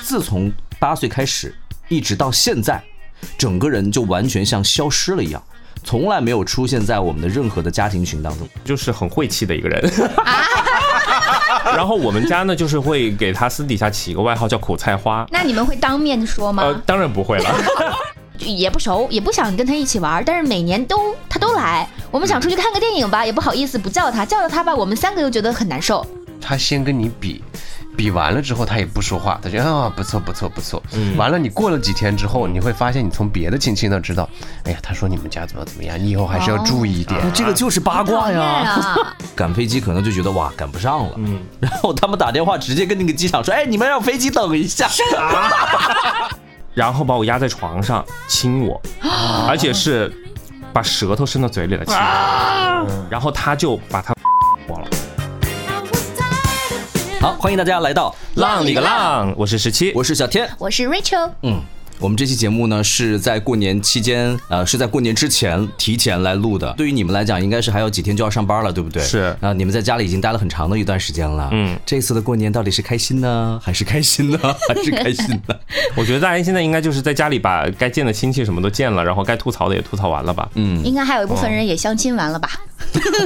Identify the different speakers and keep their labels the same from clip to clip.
Speaker 1: 自从八岁开始，一直到现在，整个人就完全像消失了一样，从来没有出现在我们的任何的家庭群当中。
Speaker 2: 就是很晦气的一个人。 然后我们家呢，就是会给他私底下起一个外号叫苦菜花。
Speaker 3: 那你们会当面说吗？
Speaker 2: 呃，当然不会了。
Speaker 3: 也不熟，也不想跟他一起玩儿，但是每年都他都来。我们想出去看个电影吧，也不好意思不叫他，叫了他吧，我们三个又觉得很难受。
Speaker 4: 他先跟你比，比完了之后他也不说话，他就啊不错不错不错。完了你过了几天之后，你会发现你从别的亲戚那知道，哎呀，他说你们家怎么怎么样，你以后还是要注意一点。
Speaker 1: 这个就是八
Speaker 3: 讨
Speaker 1: 卦
Speaker 3: 厌
Speaker 1: 呀！
Speaker 3: 啊！
Speaker 1: 赶飞机可能就觉得哇赶不上了，嗯，然后他们打电话直接跟那个机场说，哎，你们让飞机等一下。
Speaker 2: 然后把我压在床上亲我，而且是把舌头伸到嘴里来亲我。然后他就把他 我了。
Speaker 1: 好，欢迎大家来到，
Speaker 2: 浪里个浪，我是十七，
Speaker 1: 我是小天。
Speaker 3: 我是 Rachel，
Speaker 1: 嗯，我们这期节目呢是在过年期间，呃，是在过年之前提前来录的。对于你们来讲，应该是还有几天就要上班了，对不对？
Speaker 2: 是
Speaker 1: 啊、你们在家里已经待了很长的一段时间了。嗯，这次的过年到底是开心呢，还是开心呢， 还是开心呢？
Speaker 2: 我觉得大家现在应该就是在家里把该见的亲戚什么都见了，然后该吐槽的也吐槽完了吧？嗯，
Speaker 3: 应该还有一部分人也相亲完了吧？
Speaker 1: 嗯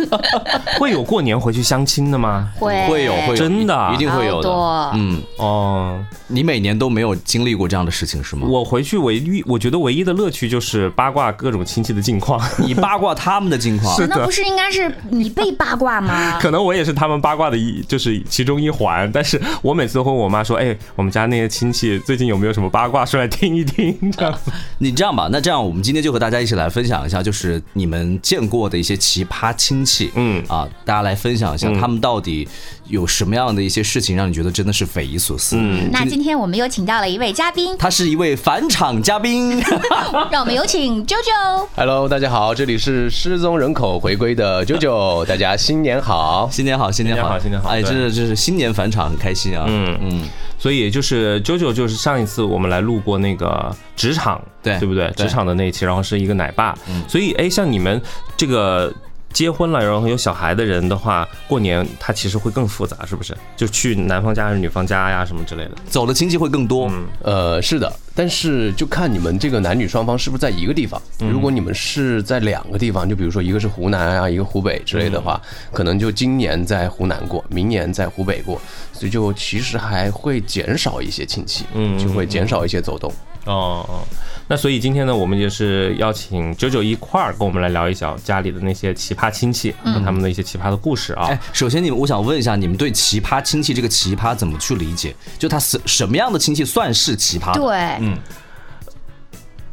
Speaker 2: 会有过年回去相亲的吗？
Speaker 3: 会
Speaker 1: 会有，会有，
Speaker 2: 真的
Speaker 1: 一定会有的。
Speaker 3: 哎多。
Speaker 1: 嗯，
Speaker 2: 哦，
Speaker 1: 你每年都没有经历过这样的事情是吗？
Speaker 2: 我回去唯一我觉得唯一的乐趣就是八卦各种亲戚的近 况，
Speaker 1: 你八卦他们的近况，
Speaker 3: 那不是应该是你被八卦吗？
Speaker 2: 可能我也是他们八卦的一就是其中一环，但是我每次都会问我妈说，哎，我们家那些亲戚最近有没有什么八卦，说来听一听这样子。
Speaker 1: 你这样吧，那这样我们今天就和大家一起来分享一下，就是你们见过的一些奇葩亲戚，
Speaker 2: 嗯
Speaker 1: 啊，大家来分享一下他们到底有什么样的一些事情让你觉得真的是匪夷所思。嗯，
Speaker 3: 那今天我们又请到了一位嘉宾，
Speaker 1: 他是一位返场嘉 宾，啊
Speaker 3: 让我们有请 JoJo。
Speaker 4: Hello，大家好，这里是失踪人口回归的九九，大家新年好。
Speaker 1: 新年好，新年好，
Speaker 2: 新年好新年好
Speaker 1: 哎，
Speaker 2: 对
Speaker 1: 真的真是新年返场很开心啊，嗯嗯，
Speaker 2: 所以就是 JoJo，就是上一次我们来录过那个职场，
Speaker 1: 对
Speaker 2: 对不对？
Speaker 1: 对
Speaker 2: 职场的那一期，然后是一个奶爸，所以哎，像你们这个。结婚了，然后有小孩的人的话，过年他其实会更复杂，是不是？就去男方家还是女方家呀，什么之类的。
Speaker 1: 走的亲戚会更多，
Speaker 4: 呃，是的，但是就看你们这个男女双方是不是在一个地方。如果你们是在两个地方，就比如说一个是湖南啊，一个湖北之类的话，可能就今年在湖南过，明年在湖北过，所以就其实还会减少一些亲戚，嗯，就会减少一些走动。
Speaker 2: 哦哦，那所以今天呢，我们也是邀请九九一块儿跟我们来聊一聊家里的那些奇葩亲戚和他们的一些奇葩的故事啊。
Speaker 1: 哎，首先你们，我想问一下，你们对奇葩亲戚这个奇葩怎么去理解？就他什什么样的亲戚算是奇葩？，
Speaker 3: 对，
Speaker 1: 嗯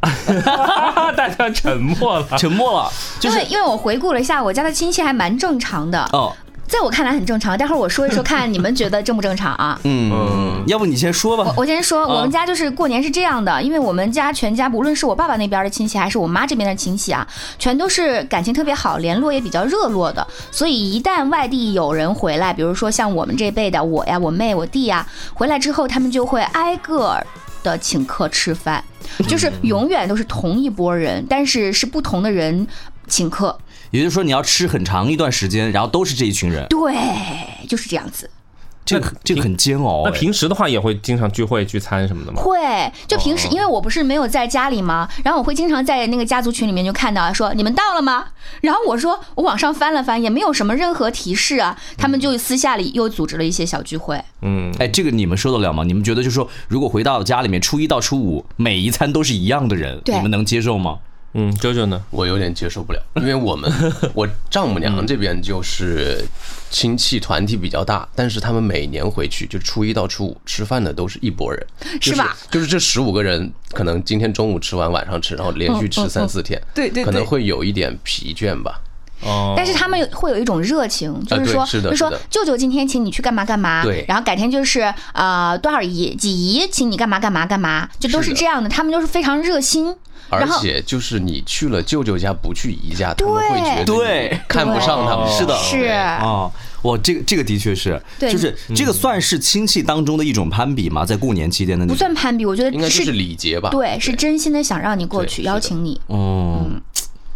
Speaker 2: 啊大家沉默了。
Speaker 1: 沉默了，就
Speaker 3: 因
Speaker 1: 是
Speaker 3: 为因为我回顾了一下，我家的亲戚还蛮正常的，
Speaker 1: 哦，
Speaker 3: 在我看来很正常。待会儿 我说一说，看你们觉得正不正常啊？
Speaker 1: 嗯，要不你先说吧
Speaker 3: 我，我先说，我们家就是过年是这样的，因为我们家全家，无论是我爸爸那边的亲戚，还是我妈这边的亲戚啊，全都是感情特别好，联络也比较热络的。所以一旦外地有人回来，比如说像我们这辈的我呀、我妹、我弟呀，回来之后，他们就会挨个的请客吃饭，就是永远都是同一拨人，但是是不同的人请客。
Speaker 1: 也就是说你要吃很长一段时间，然后都是这一群人，
Speaker 3: 对，就是这样子。
Speaker 1: 这个这个很煎熬。哎
Speaker 2: 那平时的话也会经常聚会、聚餐什么的吗？
Speaker 3: 会，就平
Speaker 4: 哦
Speaker 3: 时因为我不是没有在家里吗？然后我会经常在那个家族群里面就看到说你们到了吗？然后我说我往上翻了翻，也没有什么任何提示啊。他们就私下里又组织了一些小聚会，
Speaker 4: 哦
Speaker 1: 哎，这个你们受得了吗？你们觉得就是说，如果回到家里面，初一到初五每一餐都是一样的人，你
Speaker 3: 对
Speaker 1: 们能接受吗？
Speaker 2: 嗯，九九呢？
Speaker 4: 我有点接受不了，因为我们我丈母娘这边就是亲戚团体比较大，但是他们每年回去就初一到初五吃饭的都是一拨人，就是
Speaker 3: 吧？
Speaker 4: 就是这十五个人，可能今天中午吃完，晚上吃，然后连续吃三四天，
Speaker 5: 对对对
Speaker 4: 可能会有一点疲倦吧。
Speaker 2: 哦，
Speaker 3: 但是他们有会有一种热情，就是
Speaker 4: 哎对
Speaker 3: 说，
Speaker 4: 是的
Speaker 3: 就是说
Speaker 4: 的
Speaker 3: 舅舅今天请你去干嘛干嘛，
Speaker 4: 对
Speaker 3: 然后改天就是呃多少姨几姨请你干嘛干嘛干嘛，就都
Speaker 4: 是
Speaker 3: 是
Speaker 4: 的
Speaker 3: 这样的，他们都是非常热心，
Speaker 4: 而
Speaker 3: 然后
Speaker 4: 且就是你去了舅舅家不去姨家，他们会觉得
Speaker 1: 对
Speaker 4: 你看不上他们。
Speaker 1: 是的
Speaker 3: 是。
Speaker 1: 哦，哇，这个这个的确是，
Speaker 3: 对
Speaker 1: 就是
Speaker 4: 嗯
Speaker 1: 这个算是亲戚当中的一种攀比吗？在过年期间的那
Speaker 3: 不
Speaker 1: 种，
Speaker 3: 算攀比，我觉得
Speaker 4: 应该就是礼节吧。哦
Speaker 3: 对，是真心的想让你过
Speaker 4: 对
Speaker 3: 去
Speaker 4: 是
Speaker 3: 邀
Speaker 4: 的
Speaker 3: 请你，
Speaker 1: 嗯，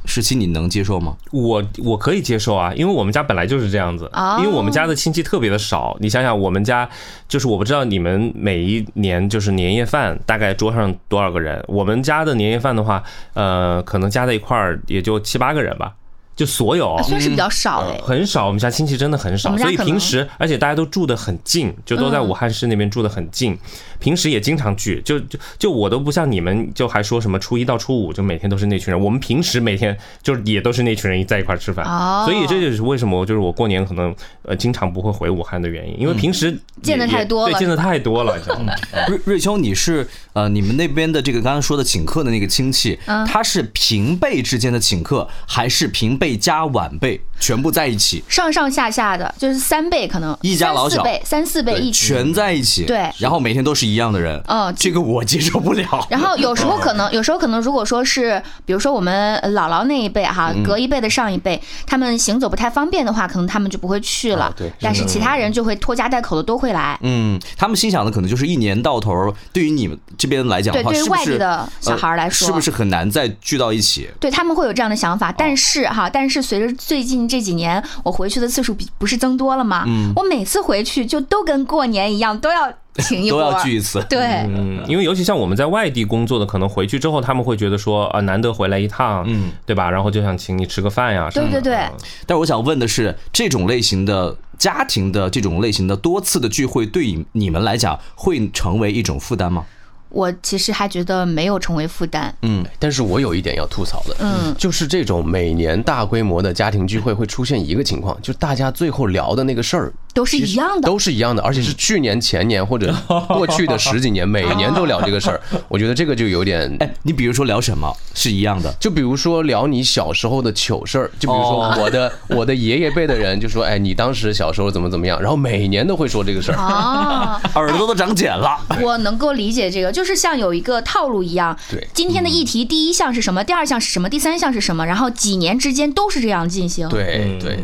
Speaker 1: 时期你能接受吗？
Speaker 2: 我我可以接受啊，因为我们家本来就是这样子，
Speaker 3: 哦
Speaker 2: 因为我们家的亲戚特别的少。你想想，我们家就是我不知道你们每一年就是年夜饭大概桌上多少个人，我们家的年夜饭的话，呃，可能加在一块儿也就七八个人吧，就所有
Speaker 3: 啊算是比
Speaker 4: 嗯
Speaker 3: 较少哎。
Speaker 2: 嗯很少，我们家亲戚真的很
Speaker 3: 我
Speaker 2: 少，
Speaker 3: 们家
Speaker 2: 所以
Speaker 3: 可能
Speaker 2: 平时而且大家都住得很近，就都在
Speaker 3: 嗯
Speaker 2: 武汉市那边住得很近，平时也经常聚，就就就我都不像你们，就还说什么初一到初五就每天都是那群人，我们平时每天就是也都是那群人在一块儿吃饭，
Speaker 3: 哦
Speaker 2: 所以这就是为什么就是我过年可能呃经常不会回武汉的原因，因为平时也、
Speaker 3: 嗯见得太多了
Speaker 2: 对，见得太多了，你知道吗？
Speaker 1: 瑞瑞秋，你是呃，你们那边的这个刚刚说的请客的那个亲戚，
Speaker 3: 嗯
Speaker 1: 他是平辈之间的请客，还是平辈加晚辈全部在一起，
Speaker 3: 上上下下的，就是三倍可能，
Speaker 1: 一家老小
Speaker 3: 三四倍，三四倍一起。
Speaker 1: 全在一起？
Speaker 3: 对
Speaker 1: 然后每天都是一样的人，
Speaker 3: 嗯
Speaker 1: 这个我接受不了。
Speaker 3: 然后有时候可能，有时候可能，如果说是，比如说我们姥姥那一辈哈，
Speaker 1: 嗯
Speaker 3: 隔一辈的上一辈，他们行走不太方便的话，可能他们就不会去
Speaker 1: 啊
Speaker 3: 了。
Speaker 4: 对
Speaker 3: 但是其他人就会拖家带口的都会来。
Speaker 1: 嗯，他们心想的可能就是一年到头，对于你们这边来讲的
Speaker 3: 对，
Speaker 1: 话，
Speaker 3: 对于
Speaker 1: 是不
Speaker 3: 外
Speaker 1: 是呃
Speaker 3: 地的小孩来说，
Speaker 1: 是不是很难再聚到一起？
Speaker 3: 对他们会有这样的想
Speaker 1: 哦
Speaker 3: 法，但是哈，但是随着最近这几年我回去的次数比不是增多了吗？
Speaker 1: 嗯
Speaker 3: 我每次回去就都跟过年一样，都要请 一
Speaker 1: 都
Speaker 3: 波，
Speaker 1: 要聚一次。
Speaker 3: 对，
Speaker 2: 嗯，因为尤其像我们在外地工作的，可能回去之后他们会觉得说啊、难得回来一趟，
Speaker 1: 嗯，
Speaker 2: 对吧？然后就想请你吃个饭呀，什么的
Speaker 3: 对对对
Speaker 2: 嗯
Speaker 1: 但是我想问的是，这种类型的家庭的这种类型的多次的聚会，对你你们来讲会成为一种负担吗？
Speaker 3: 我其实还觉得没有成为负担。
Speaker 1: 嗯
Speaker 4: 但是我有一点要吐槽的，
Speaker 3: 嗯，
Speaker 4: 就是这种每年大规模的家庭聚会会出现一个情况，就大家最后聊的那个事儿
Speaker 3: 都是一样的
Speaker 4: 其实都是一样的，而且是去年、前年或者过去的十几 年，每年都聊这个事儿，我觉得这个就有点。
Speaker 1: 哎，你比如说聊什么是一样的？
Speaker 4: 就比如说聊你小时候的糗事儿，就比如说我的、我的爷爷辈的人就说，哎，你当时小时候怎么怎么样，然后每年都会说这个事儿。
Speaker 3: 哦，
Speaker 1: 耳朵都长茧了。
Speaker 3: 我能够理解这个，就是像有一个套路一样。
Speaker 4: 对
Speaker 3: 今天的议题第一项是什么？第二项是什么？第三项是什么？然后几年之间都是这样进行。，
Speaker 4: 对对，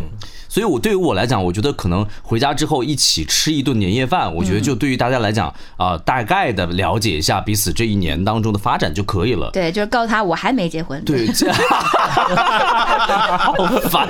Speaker 1: 所以，我对于我来讲，我觉得可能回家之后一起吃一顿年夜饭，我觉得就对于大家来讲啊、大概的了解一下彼此这一年当中的发展就可以了。
Speaker 3: 对，就是告诉他我还没结婚。
Speaker 1: 对，这好烦。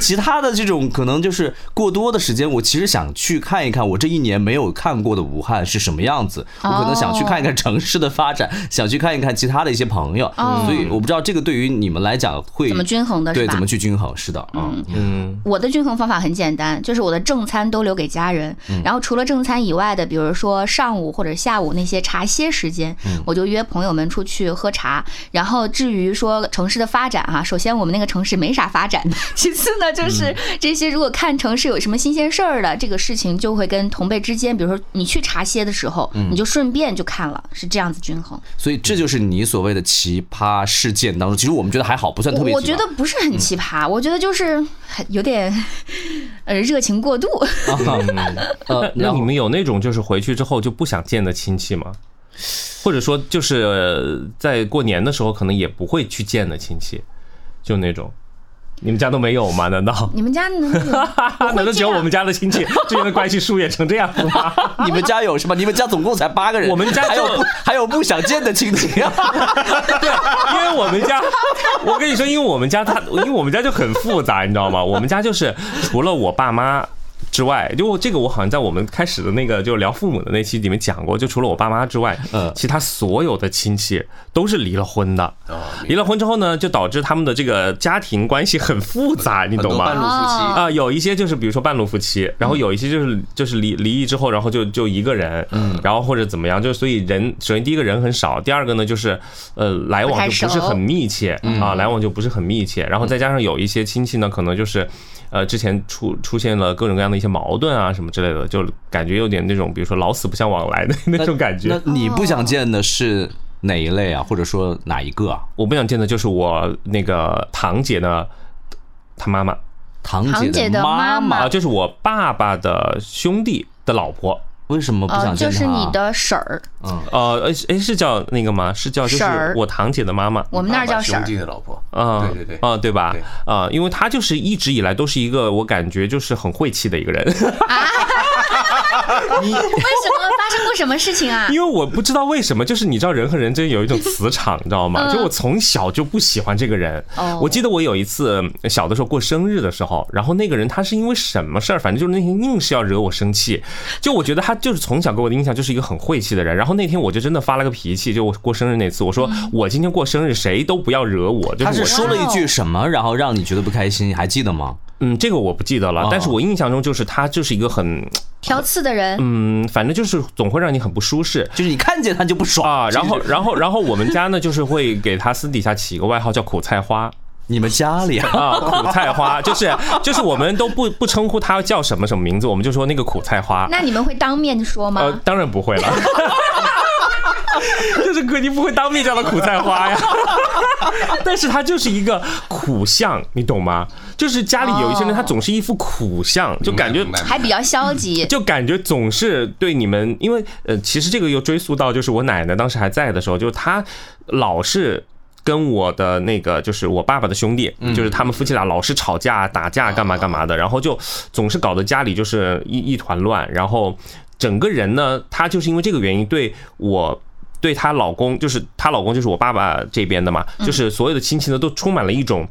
Speaker 1: 其他的这种可能就是过多的时间，我其实想去看一看我这一年没有看过的武汉是什么样子。
Speaker 3: 哦
Speaker 1: 我可能想去看一看城市的发展，想去看一看其他的一些朋友。
Speaker 3: 哦
Speaker 1: 所以我不知道这个对于你们来讲会
Speaker 3: 怎么均衡的是
Speaker 1: 对
Speaker 3: 吧
Speaker 1: 怎么去均衡？是的，嗯，
Speaker 2: 嗯，
Speaker 3: 我的均衡方法很简单，就是我的正餐都留给家人，
Speaker 1: 嗯
Speaker 3: 然后除了正餐以外的，比如说上午或者下午那些茶歇时间，
Speaker 1: 嗯
Speaker 3: 我就约朋友们出去喝茶。然后至于说城市的发展哈、首先我们那个城市没啥发展， 其次呢
Speaker 1: 嗯
Speaker 3: 就是这些如果看城市有什么新鲜事儿的这个事情，就会跟同辈之间，比如说你去茶歇的时候，
Speaker 1: 嗯
Speaker 3: 你就顺便就看了，是这样子均衡。
Speaker 1: 所以这就是你所谓的奇葩事件当中，其实我们觉得还好，不算特别
Speaker 3: 我
Speaker 1: 奇葩。嗯
Speaker 3: 我 觉得不是很奇葩，我觉得就是很有点呃热情过度。
Speaker 1: 呃，
Speaker 2: 那
Speaker 1: 然
Speaker 2: 你
Speaker 1: 后
Speaker 2: 们有那种就是回去之后就不想见的亲戚吗？或者说就是呃在过年的时候可能也不会去见的亲戚，就那种，你们家都没有吗？难道？
Speaker 3: 你们家能有
Speaker 2: 难道只有我们家的亲戚之间的关系疏远成这样子吗？
Speaker 1: 你们家有是吧？你们家总共才八个人，
Speaker 2: 我们家
Speaker 1: 还有
Speaker 2: 就
Speaker 1: 不还有不想见的亲戚、 啊。
Speaker 2: 因为我们家，我跟你说，因为我们家他，因为我们家就很复杂，你知道吗？我们家就是除了我爸妈。之外，就我这个我好像在我们开始的那个就聊父母的那期里面讲过，就除了我爸妈之外，
Speaker 1: 嗯
Speaker 2: 其他所有的亲戚都是离了婚的。离了婚之后呢，就导致他们的这个家庭关系很复杂，你
Speaker 4: 很
Speaker 2: 懂
Speaker 4: 多
Speaker 2: 吗？
Speaker 4: 半路夫妻
Speaker 3: 哦
Speaker 2: 啊、有一些就是比如说半路夫妻，然后有一些就是就是离离异之后，然后就就一个人，嗯，然后或者怎么样，就是所以人首先第一个人很少，第二个呢就是呃来往就不是很密切啊，来往就不是很密切，然后再加上有一些亲戚呢，可能就是。呃，之前出出现了各种各样的一些矛盾啊，什么之类的，就感觉有点那种，比如说老死不相往来的 那种感觉。
Speaker 1: 那你不想见的是哪一类啊？或者说哪一个啊？
Speaker 2: 我不想见的就是我那个堂姐呢，她妈妈
Speaker 1: 堂
Speaker 3: 堂姐
Speaker 1: 的
Speaker 3: 的
Speaker 1: 妈
Speaker 3: 妈妈
Speaker 2: 啊，就是我爸爸的兄弟的老婆。
Speaker 1: 为什么不
Speaker 3: 呃，
Speaker 1: 想见她、啊
Speaker 3: 就是你的婶儿，
Speaker 2: 呃，哎哎，是叫那个吗？是叫就
Speaker 3: 婶儿
Speaker 2: 是我堂姐的妈妈
Speaker 3: 我们那儿叫婶
Speaker 4: 兄
Speaker 3: 儿。
Speaker 4: 弟的老婆，
Speaker 2: 啊，
Speaker 4: 对对对
Speaker 2: 啊，对吧
Speaker 4: 对？
Speaker 2: 啊，因为她就是一直以来都是一个
Speaker 3: 啊
Speaker 2: 我感觉就是很晦气的一个人，
Speaker 3: 为什么发生过做什么事情 啊？
Speaker 2: 因为我不知道为什么，就是你知道人和人之间有一种磁场，你知道吗？
Speaker 3: 嗯
Speaker 2: 就我从小就不喜欢这个人
Speaker 3: 哦。
Speaker 2: 我记得我有一次嗯小的时候过生日的时候，然后那个人他是因为什么事儿，反正就是那天硬是要惹我生气。就我觉得他就是从小给我的印象就是一个很晦气的人。然后那天我就真的发了个脾气，就我过生日那次，我说
Speaker 3: 嗯
Speaker 2: 我今天过生日谁都不要惹我。就
Speaker 1: 他
Speaker 2: 是
Speaker 1: 是
Speaker 2: 我
Speaker 1: 说了一句什么，然后让你觉得不开心，你还记得吗？
Speaker 2: 嗯，这个我不记得了
Speaker 1: 哦，
Speaker 2: 但是我印象中就是他就是一个很
Speaker 3: 挑刺的人，
Speaker 2: 嗯，反正就是总会让你很不舒适。
Speaker 1: 就是你看见他就不爽
Speaker 2: 啊，然后
Speaker 1: 其实
Speaker 2: 然后然后我们家呢，就是会给他私底下起一个外号叫苦菜 花。
Speaker 1: 你们家里
Speaker 4: 哦
Speaker 1: 啊，
Speaker 2: 啊，苦菜花就是就是我们都不不称呼他叫什么什么名字，我们就说那个苦菜花。
Speaker 3: 那你们会当面说吗？
Speaker 2: 呃，当然不会了， 就是肯定不会当面叫他苦菜花呀。 但是他就是一个苦相，你懂吗？就是家里有一些人，他总是一副苦相，就感觉
Speaker 4: 哦明白明白
Speaker 3: 还比较消极。
Speaker 2: 就感觉总是对你们，因为呃，其实这个又追溯到就是我奶奶当时还在的时候，就是她老是。跟我的那个就是我爸爸的兄弟，就是他们夫妻俩老是吵架、打架、干嘛干嘛的，然后就总是搞得家里就是一一团乱，然后整个人呢，她就是因为这个原因对我。对她老公，就是她老公就是我爸爸这边的嘛，就是所有的亲戚呢都充满了一种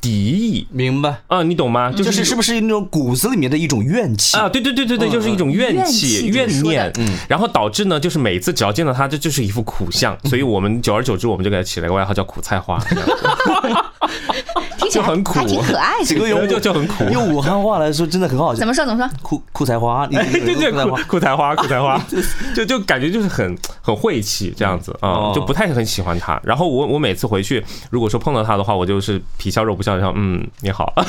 Speaker 2: 敌意
Speaker 1: 明白？
Speaker 2: 啊，你懂吗？就
Speaker 1: 就是
Speaker 2: 是
Speaker 1: 是不是那种骨子里面的一种怨气？
Speaker 2: 啊，对对对对对，就是一种怨气、
Speaker 3: 嗯怨
Speaker 2: 怨
Speaker 3: 气怎么说
Speaker 2: 念嗯
Speaker 3: 的，
Speaker 2: 然后导致呢，就是每次只要见到他，这就是一副苦相，所以我们久而久之，我们就给他起了个外号叫“苦菜花
Speaker 3: 听起
Speaker 2: 就
Speaker 3: 来
Speaker 2: 很苦
Speaker 3: 还挺可爱的。
Speaker 1: 这个用
Speaker 2: 就就很苦
Speaker 1: 用武汉话来说真的很好笑
Speaker 3: 怎。么说？怎么说？
Speaker 1: 酷酷才花，你”，
Speaker 2: 对 对，
Speaker 1: 酷才
Speaker 2: 苦
Speaker 1: 花。
Speaker 2: 苦菜花，苦菜花， 就就感觉就是很很晦气这样子啊、
Speaker 1: 哦
Speaker 2: 就不太很喜欢他。然后我我每次回去，如果说碰到他的话，我就是皮笑肉不笑，像嗯你好，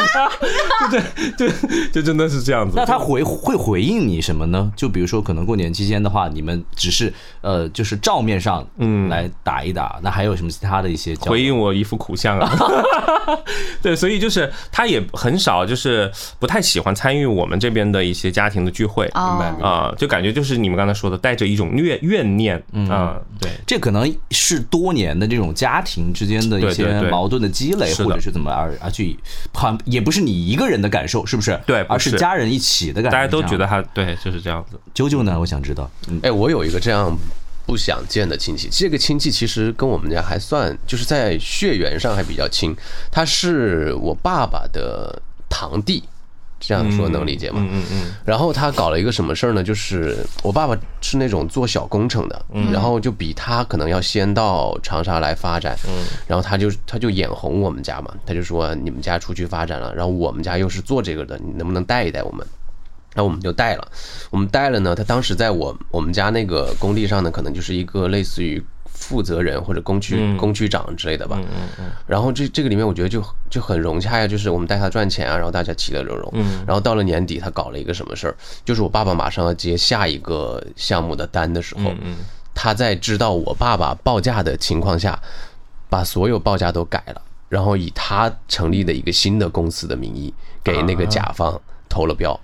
Speaker 2: 就就就就真的是这样子。
Speaker 1: 那他回会回应你什么呢？就比如说，可能过年期间的话，你们只是呃，就是照面上嗯来打一打，那还有什么其他的一些交
Speaker 2: 回应我一副苦相啊。对，所以就是他也很少，就是不太喜欢参与我们这边的一些家庭的聚会啊、
Speaker 3: 哦，
Speaker 2: 就感觉就是你们刚才说的，带着一种怨怨念啊、对。
Speaker 1: 这可能是多年的这种家庭之间的一
Speaker 2: 对
Speaker 1: 些
Speaker 2: 对对
Speaker 1: 矛盾的积累，
Speaker 2: 是的
Speaker 1: 或者是怎么而而去，好像也不是你一个人的感受，是不是？
Speaker 2: 对不
Speaker 1: 而是
Speaker 2: 是
Speaker 1: 家人一起的感
Speaker 2: 大
Speaker 1: 受。
Speaker 2: 家都觉
Speaker 1: 这
Speaker 2: 得
Speaker 1: 样
Speaker 2: 他对，就是这样子。
Speaker 1: 啾啾呢？我想知道，嗯，
Speaker 4: 哎，我有一个这样不想见的亲戚，这个亲戚其实跟我们家还算，就是在血缘上还比较亲，他是我爸爸的堂弟，这样说能理解吗？
Speaker 2: 嗯嗯，
Speaker 4: 然后他搞了一个什么事儿呢？就是我爸爸是那种做小工程的，然后就比他可能要先到长沙来发展，然后他就他就眼红我们家嘛，他就说你们家出去发展了，然后我们家又是做这个的，你能不能带一带我们？然后我们就带了，我们带了呢，他当时在我我们家那个工地上呢，可能就是一个类似于负责人或者工区工区长之类的吧，然后这这个里面我觉得就就很融洽呀，就是我们带他赚钱啊，然后大家其乐融融。嗯，然后到了年底，他搞了一个什么事儿，就是我爸爸马上要接下一个项目的单的时候，他在知道我爸爸报价的情况下，把所有报价都改了，然后以他成立的一个新的公司的名义给那个甲方投了标。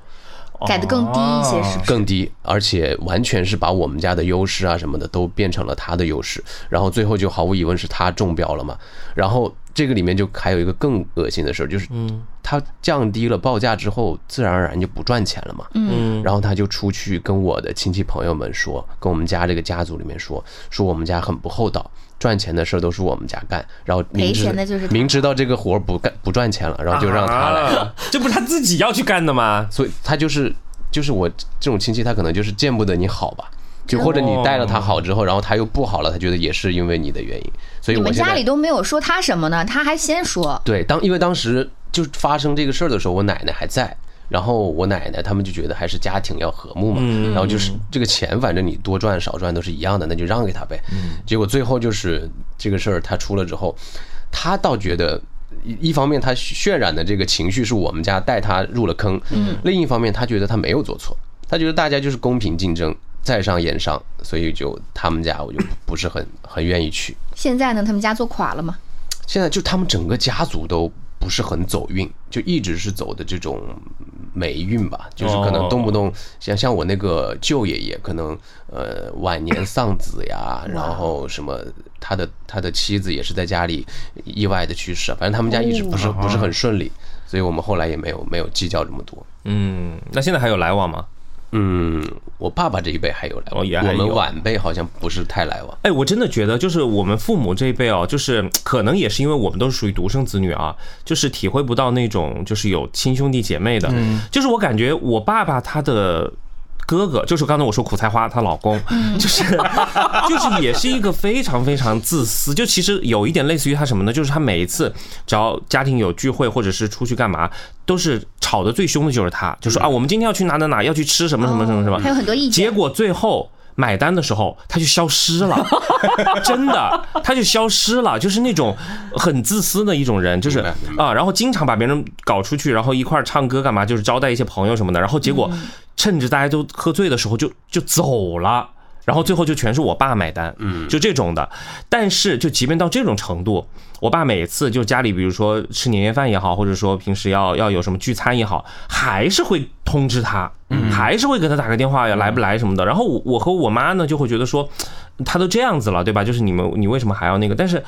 Speaker 3: 改的更低一些是吧？
Speaker 2: 哦
Speaker 4: 更低，而且完全是把我们家的优势啊什么的都变成了他的优势，然后最后就毫无疑问是他中标了嘛。然后这个里面就还有一个更恶心的事儿，就是
Speaker 2: 嗯
Speaker 4: 他降低了报价之后，自然而然就不赚钱了嘛。
Speaker 2: 嗯
Speaker 4: 然后他就出去跟我的亲戚朋友们说，跟我们家这个家族里面说，说我们家很不厚道，赚钱的事儿都是我们家干，然后明知
Speaker 3: 赔钱的就是他
Speaker 4: 明知道这个活儿不干不赚钱了，然后嗯就让他来。
Speaker 2: 啊，这不是他自己要去干的吗？
Speaker 4: 所以他就是就是我这种亲戚，他可能就是见不得你好吧，就
Speaker 3: 哦
Speaker 4: 或者你带了他好之后，然后他又不好了，他觉得也是因为你的原因，所以
Speaker 3: 你
Speaker 4: 我
Speaker 3: 们
Speaker 4: 现
Speaker 3: 家里
Speaker 4: 在
Speaker 3: 都没有说他什么呢，他还先说。
Speaker 4: 对当因为当时就发生这个事儿的时候，我奶奶还在。然后我奶奶他们就觉得还是家庭要和睦嘛，然后就是这个钱反正你多赚少赚都是一样的，那就让给他呗。结果最后就是这个事儿他出了之后，他倒觉得一一方面他渲染的这个情绪是我们家带他入了坑，另一方面他觉得他没有做错，他觉得大家就是公平竞争，在上言上，所以就他们家我就不是很很愿意去。
Speaker 3: 现在呢，他们家做垮了吗？
Speaker 4: 现在就他们整个家族都不是很走运，就一直是走的这种霉运
Speaker 2: 哦
Speaker 4: 吧，就是可能动不动像像我那个舅爷爷，可能呃晚年丧子呀，然后什么他的他的妻子也是在家里意外的去世，反正他们家一直不是
Speaker 2: 哦
Speaker 4: 不是很顺利，所以我们后来也没有没有计较这么多。
Speaker 2: 嗯，那现在还有来往吗？
Speaker 4: 嗯，我爸爸这一辈还有来往，
Speaker 2: 哦也还
Speaker 4: 我们
Speaker 2: 有
Speaker 4: 晚辈好像不是太来往。
Speaker 2: 哎，我真的觉得就是我们父母这一辈哦，就是可能也是因为我们都是属于独生子女啊，就是体会不到那种就是有亲兄弟姐妹的。就是我感觉我爸爸他的哥哥，就是刚才我说苦菜花她老公，
Speaker 3: 嗯
Speaker 2: 就是 就是也是一个非常非常自私，就其实有一点类似于他什么呢？就是他每一次只要家庭有聚会或者是出去干嘛，都是吵得最凶的就是他，就说啊我们今天要去哪哪哪，要去吃什么什么什么什么，
Speaker 3: 嗯哦还有很多意
Speaker 2: 结
Speaker 3: 见。
Speaker 2: 果最后买单的时候，他就消失了，真的，他就消失了，就是那种很自私的一种人，就是
Speaker 4: 明白明
Speaker 2: 啊，然后经常把别人搞出去，然后一块儿唱歌干嘛，就是招待一些朋友什么的，然后结果趁着大家都喝醉的时候就就走了。然后最后就全是我爸买单，嗯，就这种的。但是就即便到这种程度，我爸每次就家里，比如说吃年夜饭也好，或者说平时要要有什么聚餐也好，还是会通知他，还是会给他打个电话呀，来不来什么的。然后我我和我妈呢就会觉得说，嗯他都这样子了，对吧？就是你们你为什么还要那个？但是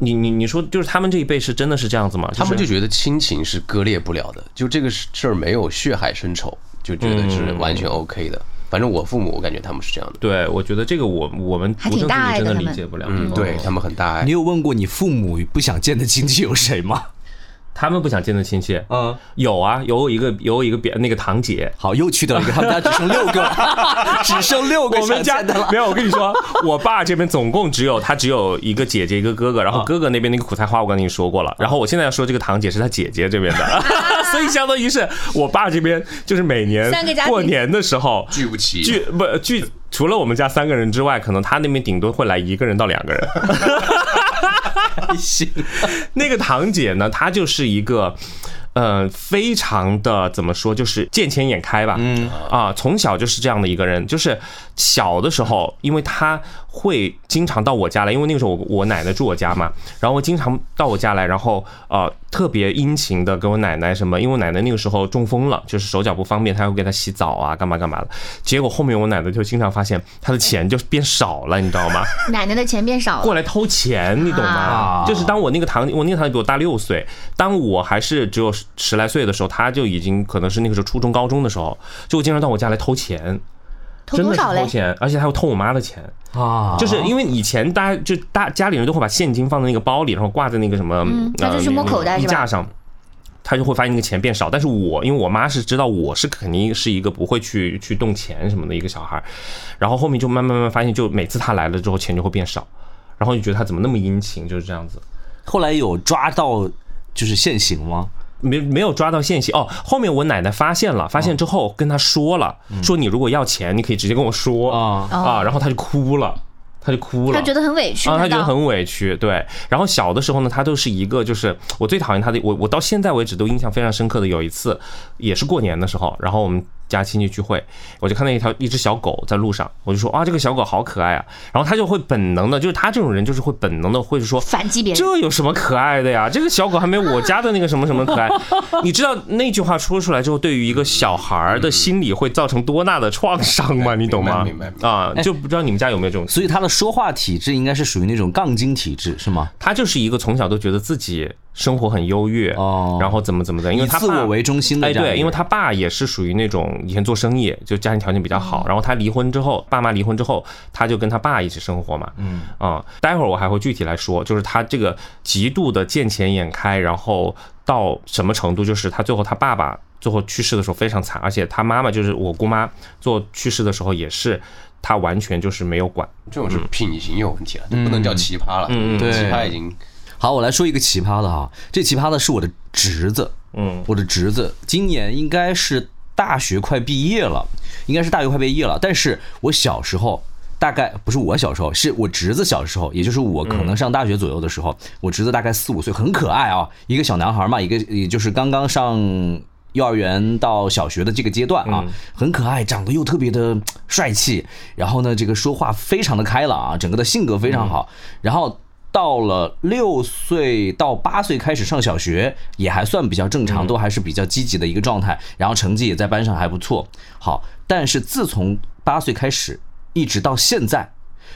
Speaker 2: 你你你说，就是他们这一辈是真的是这样子吗？
Speaker 4: 他们
Speaker 2: 是
Speaker 4: 就觉得亲情是割裂不了的，就这个事儿没有血海深仇，就觉得是完全 OK 的。反正我父母，我感觉他们是这样的，
Speaker 2: 对，我觉得这个我我们
Speaker 3: 还
Speaker 2: 独
Speaker 3: 挺
Speaker 2: 生子
Speaker 3: 大
Speaker 2: 女
Speaker 3: 爱
Speaker 2: 真的
Speaker 3: 的他
Speaker 2: 理
Speaker 3: 们
Speaker 2: 解不了。哦
Speaker 4: 嗯，对他们很大爱
Speaker 1: 你。有问过你父母不想见的亲戚有谁吗？
Speaker 2: 他们不想见的亲戚，
Speaker 1: 嗯，
Speaker 2: 有啊，有我一个有我一个表那个堂姐，
Speaker 1: 好，又去掉一个，他们家只剩六个 了，只剩六个
Speaker 2: 我们
Speaker 1: 想
Speaker 2: 家
Speaker 1: 见的了。
Speaker 2: 没有，我跟你说，我爸这边总共只有他只有一个姐姐一个哥哥，然
Speaker 3: 啊
Speaker 2: 后哥啊哥那边那个苦菜花我跟你说过了，然后我现在要说这个堂姐是他姐姐这边的， 所以相当于是我爸这边就是每年
Speaker 3: 三个家庭
Speaker 2: 过年的时候
Speaker 4: 聚不齐
Speaker 2: 聚不聚，除了我们家三个人之外，可能他那边顶多会来一个人到两个人。
Speaker 1: 行，
Speaker 2: 那个堂姐呢，她就是一个。呃，非常的怎么说，就是见钱眼开吧。嗯啊，从小就是这样的一个人，就是小的时候，因为她会经常到我家来，因为那个时候我我奶奶住我家嘛，然后经常到我家来，然后呃特别殷勤的给我奶奶什么，因为我奶奶那个时候中风了，就是手脚不方便，她会给她洗澡啊，干嘛干嘛的。结果后面我奶奶就经常发现她的钱就变少了，你知道吗？
Speaker 3: 奶奶的钱变少
Speaker 2: 过
Speaker 3: 了，
Speaker 2: 来偷钱，你懂吗？
Speaker 1: 啊
Speaker 2: 就是当我那个堂，我那个堂姐比我大六岁，当我还是只有十十来岁的时候，她就已经可能是那个时候初中高中的时候，就经常到我家来偷钱，
Speaker 3: 投
Speaker 2: 真的
Speaker 3: 多
Speaker 2: 是
Speaker 3: 少
Speaker 2: 偷
Speaker 3: 嘞？
Speaker 2: 钱，而且还会偷我妈的钱，
Speaker 1: 啊，
Speaker 2: 就是因为以前大家就大家里人都会把现金放在那个包里，然后挂在那个什么，
Speaker 3: 嗯
Speaker 2: 呃
Speaker 3: 那就是摸口袋
Speaker 2: 衣
Speaker 3: 是吧
Speaker 2: 架上。她就会发现那个钱变少，但是我因为我妈是知道我是肯定是一个不会去去动钱什么的一个小孩儿，然后后面就慢慢慢慢发现，就每次她来了之后钱就会变少，然后就觉得她怎么那么殷勤，就是这样子。
Speaker 1: 后来有抓到就是现行吗？
Speaker 2: 没没有抓到现行哦。后面我奶奶发现
Speaker 3: 哦
Speaker 2: 了，发现之后跟她说了，
Speaker 3: 嗯
Speaker 2: 说你如果要钱，你可以直接跟我说
Speaker 1: 啊
Speaker 2: 啊，然后她就哭了，她就哭了，
Speaker 3: 哦她觉得很委屈，
Speaker 2: 啊，他
Speaker 3: 难
Speaker 2: 觉得
Speaker 3: 道
Speaker 2: 很委屈，对。然后小的时候呢，他都是一个，就是我最讨厌他的，我我到现在为止都印象非常深刻的有一次，也是过年的时候，然后我们家亲戚聚会，我就看到一条一只小狗在路上，我就说啊，这个小狗好可爱啊，然后他就会本能的，就是他这种人就是会本能的会说。
Speaker 3: 反击别人。
Speaker 2: 这有什么可爱的呀？这个小狗还没我家的那个什么什么可爱。 你知道那句话说出来之后，对于一个小孩儿的心理会造成多大的创伤吗？你懂吗
Speaker 4: 明白明白明？
Speaker 2: 啊，就不知道你们家有没有这种
Speaker 1: 所以他的说话体质应该是属于那种杠精体质，是吗？
Speaker 2: 他就是一个从小都觉得自己生活很优越，
Speaker 1: 哦
Speaker 2: 然后怎么怎么的，因为
Speaker 1: 以
Speaker 2: 他
Speaker 1: 自
Speaker 2: 爸
Speaker 1: 我为中心的
Speaker 2: 哎，
Speaker 1: 这样一个
Speaker 2: 对，
Speaker 1: 人
Speaker 2: 因为他爸也是属于那种以前做生意，就家庭条件比较
Speaker 1: 哦
Speaker 2: 好，然后他离婚之后，爸妈离婚之后，他就跟他爸一起生活嘛，嗯啊，待会儿我还会具体来说，就是他这个极度的见钱眼开，然后到什么程度，就是他最后他爸爸最后去世的时候非常惨，而且他妈妈就是我姑妈做去世的时候也是，他完全就是没有管，
Speaker 4: 这种是品行有问题啊了，这不能叫奇葩了。
Speaker 2: 嗯嗯
Speaker 1: 对
Speaker 4: 奇葩已经
Speaker 1: 好，我来说一个奇葩的哈，这奇葩的是我的侄子，
Speaker 2: 嗯，
Speaker 1: 我的侄子今年应该是大学快毕业了，应该是大学快毕业了，但是我小时候。大概不是我小时候，是我侄子小时候，也就是我可能上大学左右的时候，我侄子大概四五岁，很可爱啊，一个小男孩嘛，一个也就是刚刚上幼儿园到小学的这个阶段啊，很可爱，长得又特别的帅气，然后呢，这个说话非常的开朗啊，整个的性格非常好，然后到了六岁到八岁开始上小学，也还算比较正常，都还是比较积极的一个状态，然后成绩也在班上还不错。好，但是自从八岁开始，一直到现在，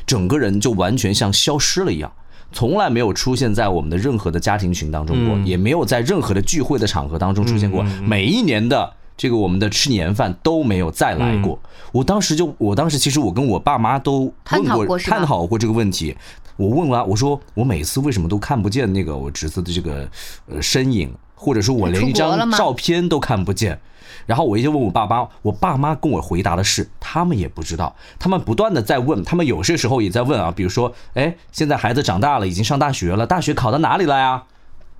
Speaker 1: 整个人就完全像消失了一样。从来没有出现在我们的
Speaker 3: 嗯
Speaker 1: 任何的家庭群当中过，也没有在任何的聚会的场合当中出现过。每一年的这个我们的吃年饭都没有再来过。我当时就，我当时其实我跟我爸妈都
Speaker 3: 嗯探
Speaker 1: 问
Speaker 3: 讨
Speaker 1: 过
Speaker 3: 过是吧
Speaker 1: 探讨过这个问题。我问完，我说我每次为什么都看不见那个我侄子的这个呃身影，或者说我连
Speaker 3: 出
Speaker 1: 一
Speaker 3: 国了
Speaker 1: 张
Speaker 3: 吗
Speaker 1: 照片都看不见。然后我一直问我爸妈，我爸妈跟我回答的是，他们也不知道，他们不断的在问，他们有些时候也在问啊，比如说，哎，现在孩子长大了，已经上大学了，大学考到哪里了呀？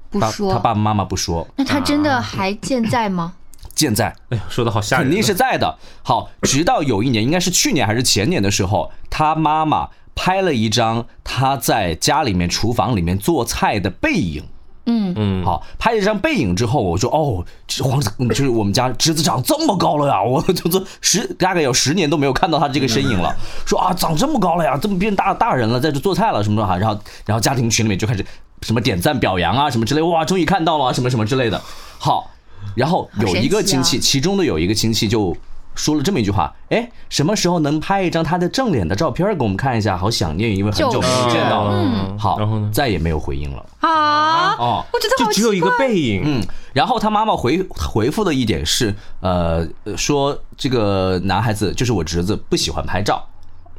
Speaker 3: 不
Speaker 1: 他
Speaker 3: 说
Speaker 1: 他爸爸妈妈不说，
Speaker 3: 那他真
Speaker 2: 啊
Speaker 3: 的还健在吗？
Speaker 1: 健在，
Speaker 2: 哎呀，说的好吓人啊，
Speaker 1: 肯定是在的。好，直到有一年，应该是去年还是前年的时候，他妈妈拍了一张他在家里面厨房里面做菜的背影。
Speaker 3: 嗯
Speaker 1: 嗯，好，拍了一张背影之后，我说哦，这黄子嗯就是我们家侄子长这么高了呀，我就这十大概有十年都没有看到他这个身影了。
Speaker 2: 嗯
Speaker 1: 说啊，长这么高了呀，这么变大大人了，在这做菜了什么的哈。然后然后家庭群里面就开始什么点赞表扬啊什么之类，哇，终于看到了啊什么什么之类的。好，然后有一个亲戚，
Speaker 3: 好神奇啊
Speaker 1: 其中的有一个亲戚就。说了这么一句话，哎，什么时候能拍一张他的正脸的照片儿给我们看一下？好想念，因为很久没
Speaker 3: 就是
Speaker 1: 见到了。
Speaker 2: 嗯
Speaker 1: 好，
Speaker 2: 然后呢
Speaker 1: 再也没有回应了。
Speaker 3: 啊，
Speaker 1: 哦，
Speaker 3: 我觉得
Speaker 2: 就
Speaker 3: 好
Speaker 2: 只有一
Speaker 3: 奇
Speaker 2: 个
Speaker 3: 怪。
Speaker 2: 背影，
Speaker 1: 嗯，然后他妈妈回回复的一点是，呃，说这个男孩子就是我侄子，不喜欢拍照，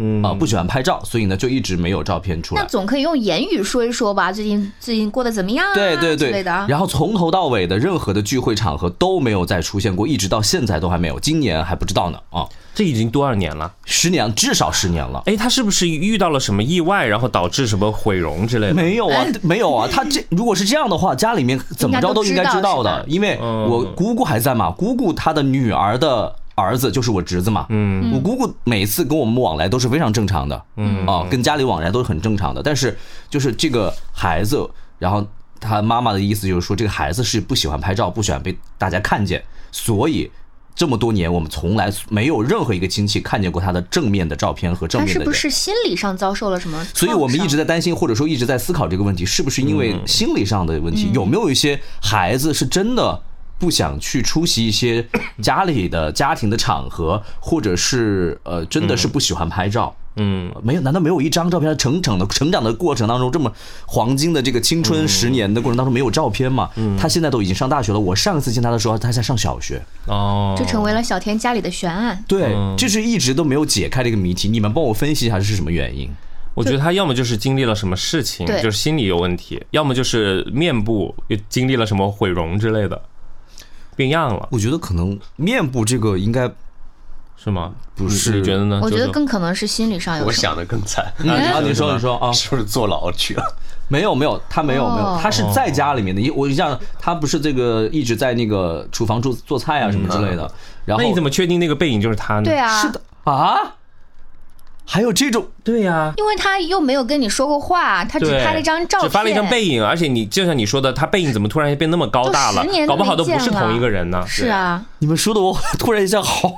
Speaker 2: 嗯
Speaker 1: 啊、不喜欢拍照，所以呢就一直没有照片出
Speaker 3: 那
Speaker 1: 来。
Speaker 3: 总可以用言语说一说吧，最近最近过得怎么样啊？
Speaker 1: 对对
Speaker 3: 之
Speaker 1: 对
Speaker 3: 类的啊。
Speaker 1: 然后从头到尾的任何的聚会场合都没有再出现过，一直到现在都还没有，今年还不知道呢啊、
Speaker 2: 这已经多少年了？
Speaker 1: 十年至少十年了。
Speaker 2: 哎，他是不是遇到了什么意外，然后导致什么毁容之类的？
Speaker 1: 没有啊，
Speaker 3: 哎
Speaker 1: 没有啊，他这如果是这样的话，家里面怎么着都应该知道 的，因为我姑姑还在嘛，姑姑她的女儿的儿子就是我侄子嘛，嗯，我姑姑每次跟我们往来都是非常正常的，嗯啊，跟家里往来都是很正常的，但是就是这个孩子，然后他妈妈的意思就是说，这个孩子是不喜欢拍照，不喜欢被大家看见，所以。这么多年，我们从来没有任何一个亲戚看见过他的正面的照片和正
Speaker 3: 他
Speaker 1: 面
Speaker 3: 是
Speaker 1: 的
Speaker 3: 不
Speaker 1: 人。
Speaker 3: 是心理上遭受了什么创伤？
Speaker 1: 所以我们一直在担心，或者说一直在思考这个问题，是不是因为心理上的问题？有没有一些孩子是真的不想去出席一些家里的家庭的场合，或者是呃，真的是不喜欢拍照？
Speaker 2: 嗯，
Speaker 1: 没有？难道没有一张照片？成长的成长的过程当中，这么黄金的这个青春十年的过程当中，没有照片吗？他现在都已经上大学了。我上一次见他的时候，他才上小学。嗯
Speaker 2: 哦，
Speaker 3: 就成为了小田家里的悬案。
Speaker 1: 对，就是一直都没有解开这个谜题。你们帮我分析一下是什么原因？
Speaker 2: 我觉得他要么就是经历了什么事情，
Speaker 3: 对
Speaker 2: 就是心理有问题；要么就是面部又经历了什么毁容之类的，变样了，
Speaker 1: 我觉得可能面部这个应该
Speaker 2: 是吗？
Speaker 1: 不
Speaker 2: 你
Speaker 1: 是
Speaker 2: 你觉得呢？
Speaker 3: 我觉得
Speaker 2: 嗯就是
Speaker 3: 更可能是心理上有
Speaker 4: 我
Speaker 3: 什么。
Speaker 4: 想的更惨。
Speaker 1: 啊，你说你说啊，
Speaker 4: 是不是坐牢去了？
Speaker 1: 没有没有，他没有没有
Speaker 3: 哦，
Speaker 1: 他是在家里面的，因为我像他不是这个一直在那个厨房做做菜啊什么之类的，然后
Speaker 2: 那你怎么确定那个背影就是他呢？
Speaker 3: 对啊，
Speaker 1: 是的啊？还有这种
Speaker 2: 对呀、
Speaker 3: 因为他又没有跟你说过话，他只
Speaker 2: 对，
Speaker 3: 拍了一张照片，
Speaker 2: 只发了一张背影，而且你就像你说的，他背影怎么突然变那么高大了
Speaker 3: 都十年？都
Speaker 2: 搞不好都
Speaker 3: 没见
Speaker 2: 不是同一个人呢。
Speaker 3: 是啊，
Speaker 1: 你们说的我 突然一下好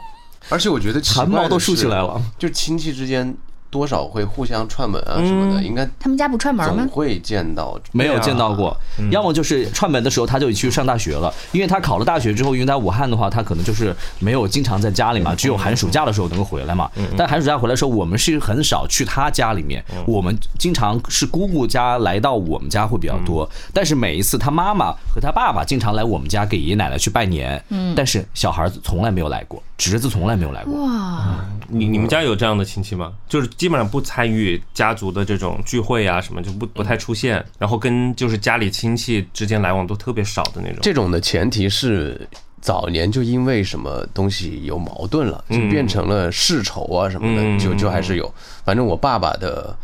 Speaker 4: 而且我觉得奇怪
Speaker 1: 汗
Speaker 4: 的
Speaker 1: 毛都竖起
Speaker 4: 是
Speaker 1: 来，了。
Speaker 4: 就亲戚之间多少会互相串门啊什么的，应该
Speaker 3: 他们家不串门
Speaker 4: 总
Speaker 3: 吗？
Speaker 4: 会见到。
Speaker 1: 没有
Speaker 2: 对啊
Speaker 1: 见到过，要么就是串门的时候他就去上大学了，因为他考了大学之后，因为在武汉的话，他可能就是没有经常在家里
Speaker 2: 嗯
Speaker 1: 嘛，只有寒暑假的时候能够回来嘛。但寒暑假回来的时候，我们是很少去他家里面，我们经常是姑姑家来到我们家会比较多，
Speaker 2: 嗯
Speaker 1: 但是每一次他妈妈和他爸爸经常来我们家给爷爷奶奶去拜年，
Speaker 2: 嗯
Speaker 1: 但是小孩子从来没有来过，侄子从来没有来过。
Speaker 3: 哇，
Speaker 2: 你你们家有这样的亲戚吗？就是基本上不参与家族的这种聚会啊，什么就不不太出现，然后跟就是家里亲戚之间来往都特别少的那种。
Speaker 4: 这种的前提是早年就因为什么东西有矛盾了，就变成了世仇啊什么
Speaker 2: 嗯
Speaker 4: 的，就就还是有。反正我爸爸的，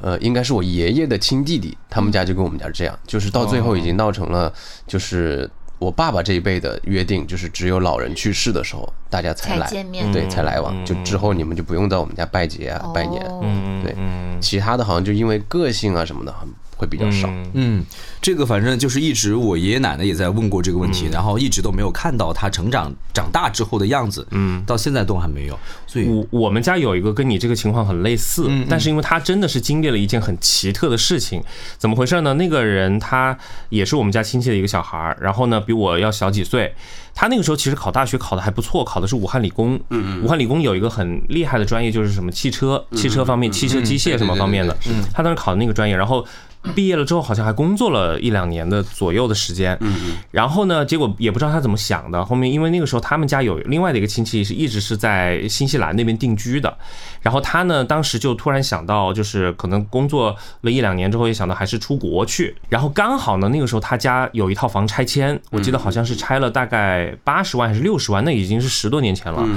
Speaker 4: 呃，应该是我爷爷的亲弟弟，他们家就跟我们家这样，就是到最后已经闹成了，就是我爸爸这一辈的约定，就是只有老人去世的时候大家才
Speaker 3: 才
Speaker 4: 来，
Speaker 3: 见面
Speaker 4: 对，才来往，就之后你们就不用在我们家拜节啊、拜年，
Speaker 2: 嗯
Speaker 3: 哦
Speaker 4: 对，其他的好像就因为个性啊什么的，会比较少。
Speaker 1: 嗯，这个反正就是一直我爷爷奶奶也在问过这个问题，然后一直都没有看到他成长长大之后的样子，嗯，到现在都还没有，所以
Speaker 2: 我我们家有一个跟你这个情况很类似，但是因为他真的是经历了一件很奇特的事情，怎么回事呢？那个人他也是我们家亲戚的一个小孩儿，然后呢比我要小几岁，他那个时候其实考大学考的还不错，考的是武汉理工。武汉理工有一个很厉嗯害的专业就是什么汽车、汽车方面、汽车机械什么方面的，他当时考的那个专业，然后。毕业了之后好像还工作了一两年的左右的时间。嗯嗯。然后呢，结果也不知道他怎么想的。后面因为那个时候他们家有另外的一个亲戚是一直是在新西兰那边定居的，然后他呢当时就突然想到，就是可能工作了一两年之后，也想到还是出国去。然后刚好呢那个时候他家有一套房拆迁，我记得好像是拆了大概八十万还是六十万，那已经是十多年前了。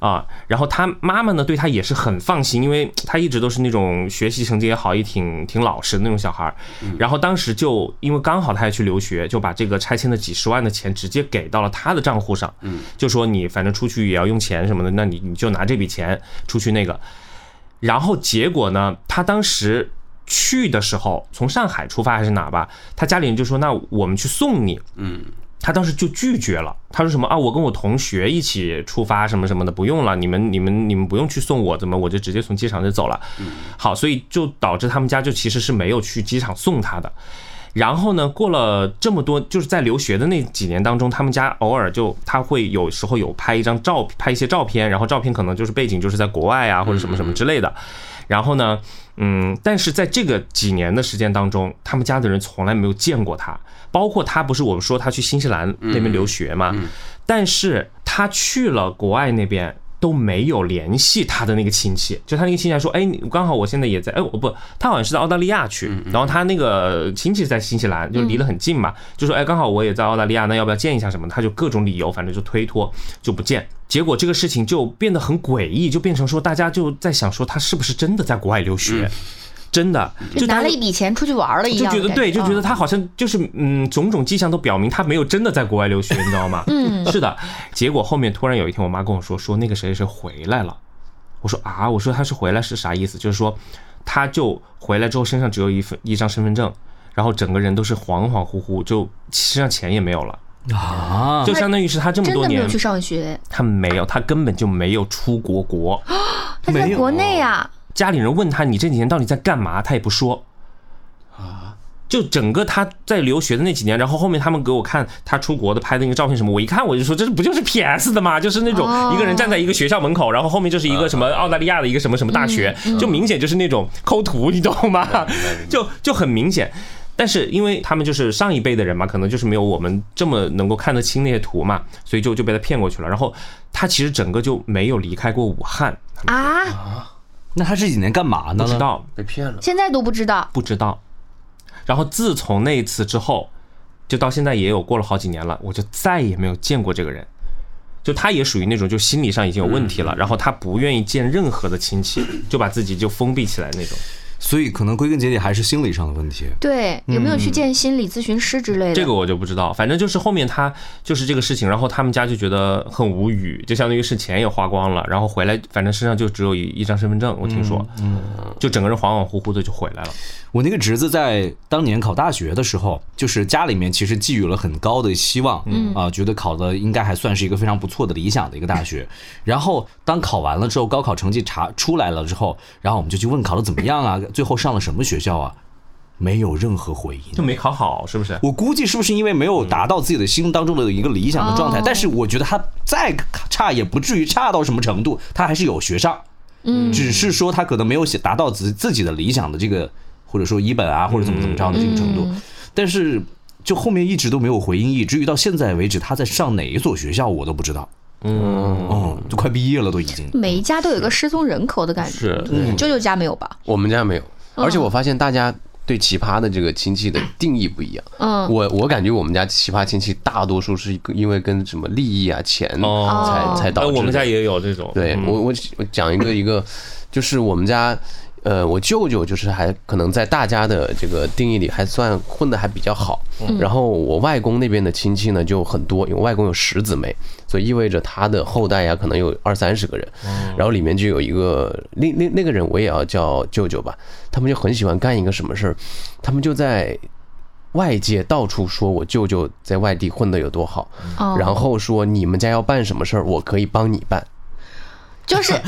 Speaker 2: 啊，然后他妈妈呢对他也是很放心，因为他一直都是那种学习成绩也好，也挺挺老实的那种小孩儿。然后当时就因为刚好他也去留学，就把这个拆迁的几十万的钱直接给到了他的账户上，就说你反正出去也要用钱什么的，那你你就拿这笔钱出去那个。然后结果呢，他当时去的时候，从上海出发还是哪吧，他家里人就说那我们去送你，他当时就拒绝了，他说什么啊，我跟我同学一起出发什么什么的，不用了，你们你们你们不用去送我，怎么我就直接从机场就走了。好，所以就导致他们家就其实是没有去机场送他的。然后呢，过了这么多，就是在留学的那几年当中，他们家偶尔就他会有时候有拍一张照，拍一些照片，然后照片可能就是背景就是在国外啊或者什么什么之类的。然后呢，嗯，但是在这个几年的时间当中，他们家的人从来没有见过他，包括他不是我们说他去新西兰那边留学嘛，但是他去了国外那边。都没有联系他的那个亲戚，就他那个亲戚还说，哎，你刚好我现在也在，哎，我不，他好像是在澳大利亚去，然后他那个亲戚在新西兰，就离得很近嘛，就说，哎，刚好我也在澳大利亚，那要不要见一下什么的？他就各种理由，反正就推脱就不见。结果这个事情就变得很诡异，就变成说大家就在想说他是不是真的在国外留学，真的
Speaker 3: 就
Speaker 2: 就
Speaker 3: 拿
Speaker 2: 大
Speaker 3: 了
Speaker 2: 家
Speaker 3: 一笔钱出去玩了一
Speaker 2: 就
Speaker 3: 样的
Speaker 2: 觉
Speaker 3: 感，
Speaker 2: 得对，就觉得
Speaker 3: 嗯
Speaker 2: 他好像就是嗯，种种迹象都表明他没有真的在国外留学，你知道吗？嗯，是的。结果后面突然有一天，我妈跟我说，说那个谁谁谁回来了。我说啊，我说他是回来是啥意思？就是说，他就回来之后身上只有一份一张身份证，然后整个人都是恍恍惚惚，就身上钱也没有了，
Speaker 1: 啊，
Speaker 2: 就相当于是他这么
Speaker 3: 真
Speaker 2: 多
Speaker 3: 的没
Speaker 2: 年
Speaker 3: 有去上学，
Speaker 2: 他没有，他根本就没有出过国。
Speaker 3: 他在国内啊，
Speaker 2: 家里人问他你这几年到底在干嘛，他也不说。就整个他在留学的那几年，然后后面他们给我看他出国的拍的那个照片什么，我一看我就说这不就是 P S 的吗？就是那种
Speaker 3: 哦
Speaker 2: 一个人站在一个学校门口，然后后面就是一个什么澳大利亚的一个什么什么大学，就明显就是那种抠图，你懂吗？ 就就很明显。但是因为他们就是上一辈的人嘛，可能就是没有我们这么能够看得清那些图嘛，所以就就被他骗过去了。然后他其实整个就没有离开过武汉，
Speaker 3: 啊，
Speaker 1: 那他这几年干嘛呢？
Speaker 2: 不知道。
Speaker 4: 被骗了。
Speaker 3: 现在都不知道，
Speaker 2: 不知道。然后自从那一次之后，就到现在也有过了好几年了，我就再也没有见过这个人。就他也属于那种就心理上已经有问题了，然后他不愿意见任何的亲戚，就把自己就封闭起来那种。
Speaker 1: 所以可能归根结底还是心理上的问题。
Speaker 3: 对，有没有去见心理咨询师之类的？
Speaker 2: 嗯这个我就不知道，反正就是后面他就是这个事情，然后他们家就觉得很无语，就相当于是钱也花光了，然后回来反正身上就只有一一张身份证，我听说，嗯，就整个人恍恍惚惚的就回来了。
Speaker 1: 我那个侄子在当年考大学的时候，就是家里面其实寄予了很高的希望，嗯啊、觉得考的应该还算是一个非常不错的理想的一个大学。然后当考完了之后，高考成绩查出来了之后，然后我们就去问考的怎么样啊，最后上了什么学校啊，没有任何回
Speaker 2: 就
Speaker 1: 音。
Speaker 2: 没考好，是不是？
Speaker 1: 我估计是不是因为没有达到自己的心当中的一个理想的状态？
Speaker 3: 哦
Speaker 1: 但是我觉得他再差也不至于差到什么程度，他还是有学上。
Speaker 3: 嗯，
Speaker 1: 只是说他可能没有写达到自自己的理想的这个，或者说一本啊，或者怎么怎么着的这个程度，
Speaker 3: 嗯
Speaker 1: 但是就后面一直都没有回音，以至于到现在为止，他在上哪一所学校我都不知道。
Speaker 2: 嗯，
Speaker 1: 嗯，就快毕业了都已经。
Speaker 3: 每一家都有一个失踪人口的感觉。
Speaker 2: 是，
Speaker 3: 舅舅家没有吧？
Speaker 4: 我们家没有，而且我发现大家对奇葩的这个亲戚的定义不一样。
Speaker 3: 嗯，
Speaker 4: 我我感觉我们家奇葩亲戚大多数是因为跟什么利益啊、钱
Speaker 2: 哦
Speaker 4: 才才导致
Speaker 2: 哎
Speaker 4: 的。
Speaker 2: 我们家也有这种，
Speaker 4: 对
Speaker 2: 嗯
Speaker 4: 我我我讲一个一个，就是我们家，呃，我舅舅就是还可能在大家的这个定义里还算混得还比较好。然后我外公那边的亲戚呢就很多，因为我外公有十姊妹，所以意味着他的后代呀、可能有二三十个人。然后里面就有一个另另那个人，我也要叫舅舅吧。他们就很喜欢干一个什么事儿，他们就在。外界到处说我舅舅在外地混得有多好，
Speaker 3: 哦
Speaker 4: 然后说你们家要办什么事儿，我可以帮你办。
Speaker 3: 就是就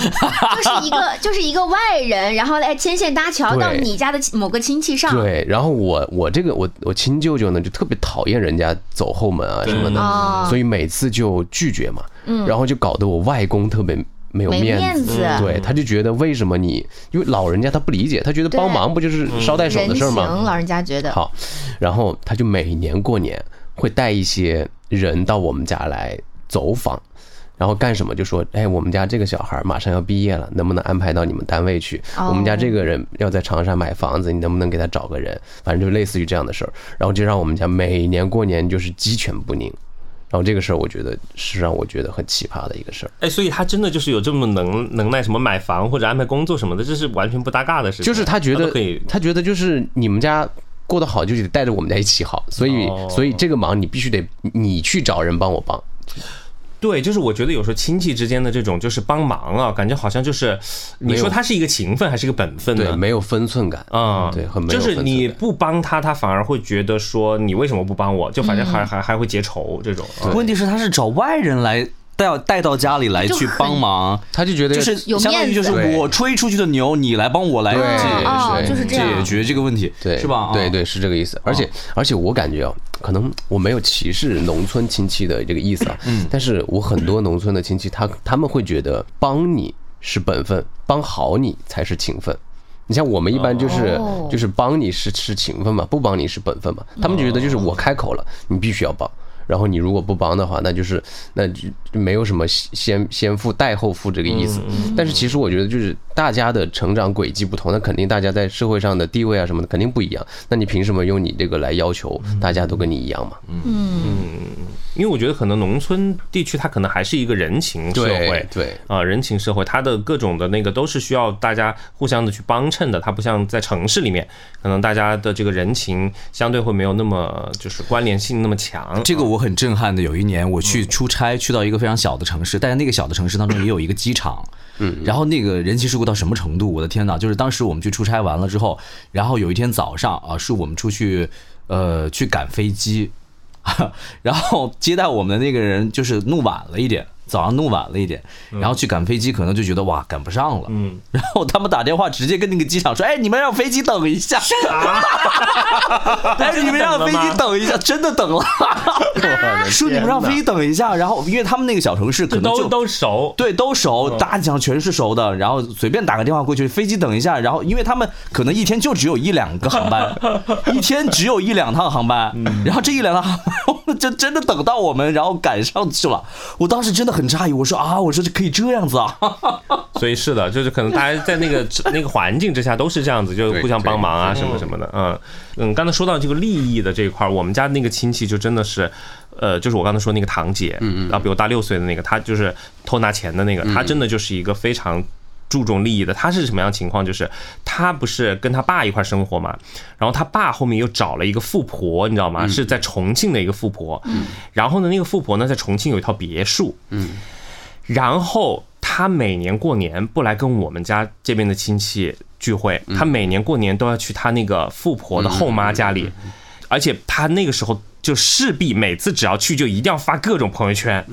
Speaker 3: 是一 个就是一个外人，然后来牵线搭桥
Speaker 4: 对
Speaker 3: 到你家的亲某个亲戚上。
Speaker 4: 对，然后我我这个我我亲舅舅呢，就特别讨厌人家走后门啊什么的，
Speaker 3: 啊，嗯
Speaker 4: 所以每次就拒绝嘛，然后就搞得我外公特别没有
Speaker 3: 没面
Speaker 4: 子，嗯
Speaker 3: 子，
Speaker 4: 对，他就觉得为什么你，因为老人家他不理解，他觉得帮忙不就是捎带手
Speaker 3: 人
Speaker 4: 的事儿
Speaker 3: 情
Speaker 4: 吗？
Speaker 3: 老人家觉得
Speaker 4: 好，然后他就每年过年会带一些人到我们家来走访，然后干什么？就说，哎，我们家这个小孩马上要毕业了，能不能安排到你们单位去？
Speaker 3: 哦
Speaker 4: 我们家这个人要在长沙买房子，你能不能给他找个人？反正就类似于这样的事儿，然后就让我们家每年过年就是鸡犬不宁。然后这个事儿，我觉得是让我觉得很奇葩的一个事儿，
Speaker 2: 哎，所以他真的就是有这么能能耐，什么买房或者安排工作什么的，这是完全不搭嘎的事情。
Speaker 4: 就是他觉
Speaker 2: 都
Speaker 4: 得
Speaker 2: 可以，
Speaker 4: 他觉得就是你们家过得好，就得带着我们家一起好，所以
Speaker 2: 哦
Speaker 4: 所以这个忙你必须得你去找人帮我帮，
Speaker 2: 对，就是我觉得有时候亲戚之间的这种就是帮忙啊，感觉好像就是你说他是一个情分还是一个本分
Speaker 4: 对，
Speaker 2: 呢？
Speaker 4: 没有分寸感
Speaker 2: 啊、
Speaker 4: 对，很没有
Speaker 2: 就
Speaker 4: 分寸
Speaker 2: 是
Speaker 4: 感。
Speaker 2: 你不帮他，他反而会觉得说你为什么不帮我？就反正
Speaker 4: 嗯
Speaker 2: 还、还还会结仇这种。啊
Speaker 1: 问题是他是找外人来带带到家里来
Speaker 3: 就
Speaker 1: 去
Speaker 3: 很
Speaker 1: 帮忙，
Speaker 4: 他就觉得
Speaker 1: 就是
Speaker 3: 有
Speaker 1: 相当于
Speaker 3: 面
Speaker 1: 就
Speaker 3: 子
Speaker 1: 是
Speaker 4: 对
Speaker 1: 我吹出去的牛，你来帮我来
Speaker 4: 对
Speaker 1: 解
Speaker 3: 哦，
Speaker 4: 对
Speaker 3: 就是
Speaker 1: 解
Speaker 3: 这样，
Speaker 1: 决这个问题，
Speaker 4: 对
Speaker 1: 是吧？啊
Speaker 4: 对，对，是这个意思。而且而且我感觉啊，可能我没有歧视农村亲戚的这个意思啊，嗯，但是我很多农村的亲戚，他他们会觉得帮你是本分，帮好你才是情分。你像我们一般就是
Speaker 3: 哦
Speaker 4: 就是帮你是是情分嘛，不帮你是本分嘛。他们觉得就是我开口了，你必须要帮。然后你如果不帮的话，那就是那就就没有什么先先先付带后付这个意
Speaker 2: 嗯
Speaker 4: 思。但是其实我觉得就是大家的成长轨迹不同，那肯定大家在社会上的地位啊什么的肯定不一样。那你凭什么用你这个来要求
Speaker 2: 嗯
Speaker 4: 大家都跟你一样嘛？
Speaker 2: 因为我觉得可能农村地区它可能还是一个人情社会
Speaker 4: 对，对
Speaker 2: 啊、人情社会，它的各种的那个都是需要大家互相的去帮衬的，它不像在城市里面，可能大家的这个人情相对会没有那么就是关联性那么强。
Speaker 1: 这个我很震撼的。有一年我去出差，去到一个非常小的城市，但是那个小的城市当中也有一个机场。嗯，然后那个人情世故到什么程度？我的天哪！就是当时我们去出差完了之后，然后有一天早上啊，是我们出去呃去赶飞机，然后接待我们的那个人就是弄晚了一点，早上弄晚了一点，然后去赶飞机，可能就觉得哇赶不上了。嗯，然后他们打电话直接跟那个机场说：“哎，你们让飞机等一下。” 哎，你们让飞机等一下，真的等了。说你们让飞机等一下，然后因为他们那个小城市可
Speaker 2: 这
Speaker 1: 能
Speaker 2: 都
Speaker 1: 就
Speaker 2: 都熟，
Speaker 1: 对都嗯熟，大家全是熟的，然后随便打个电话过去，飞机等一下，然后因为他们可能一天就只有一两个航 班，一天只有一两趟航班，然后这一两趟航 班，我们就真的等到我们，然后赶上去了。我当时真的很诧异，我说啊，我说这可以这样子啊，
Speaker 2: 所以是的，就是可能大家在那个那个环境之下都是这样子，就是互相帮忙啊什么什么的。嗯嗯，刚才说到这个利益的这一块儿，我们家那个亲戚就真的是。呃，就是我刚才说那个堂姐，嗯嗯，啊，比我大六岁的那个，她就是偷拿钱的那个，她真的就是一个非常注重利益的。她是什么样的情况？就是她不是跟她爸一块生活嘛，然后她爸后面又找了一个富婆，你知道吗？是在重庆的一个富婆，然后呢，那个富婆呢在重庆有一套别墅，然后他每年过年不来跟我们家这边的亲戚聚会，他每年过年都要去他那个富婆的后妈家里，而且他那个时候就势必每次只要去就一定要发各种朋友圈，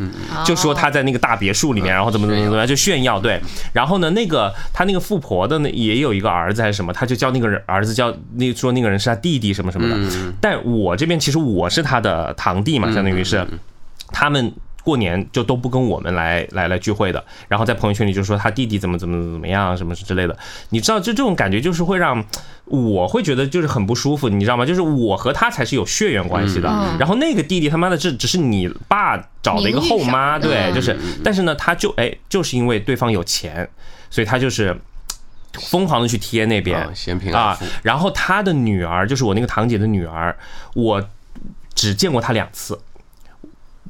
Speaker 2: 就说他在那个大别墅里面，然后怎么怎么怎么样就炫耀对。然后呢，那个他那个富婆的那也有一个儿子还是什么，他就叫那个人儿子叫那说那个人是他弟弟什么什么的。但我这边其实我是他的堂弟嘛，相当于是。他们过年就都不跟我们来来来聚会的，然后在朋友圈里就说他弟弟怎么怎么怎么样什么之类的，你知道就这种感觉就是会让我会觉得就是很不舒服，你知道吗？就是我和他才是有血缘关系的，然后那个弟弟他妈的这只是你爸找的一个后妈，
Speaker 3: 名义
Speaker 2: 对，
Speaker 3: 上
Speaker 2: 就是，但是呢，他就哎就是因为对方有钱，所以他就是。疯狂的去贴那边
Speaker 4: 啊，嫌贫爱
Speaker 2: 啊
Speaker 4: 富，
Speaker 2: 然后他的女儿就是我那个堂姐的女儿，我只见过她两次。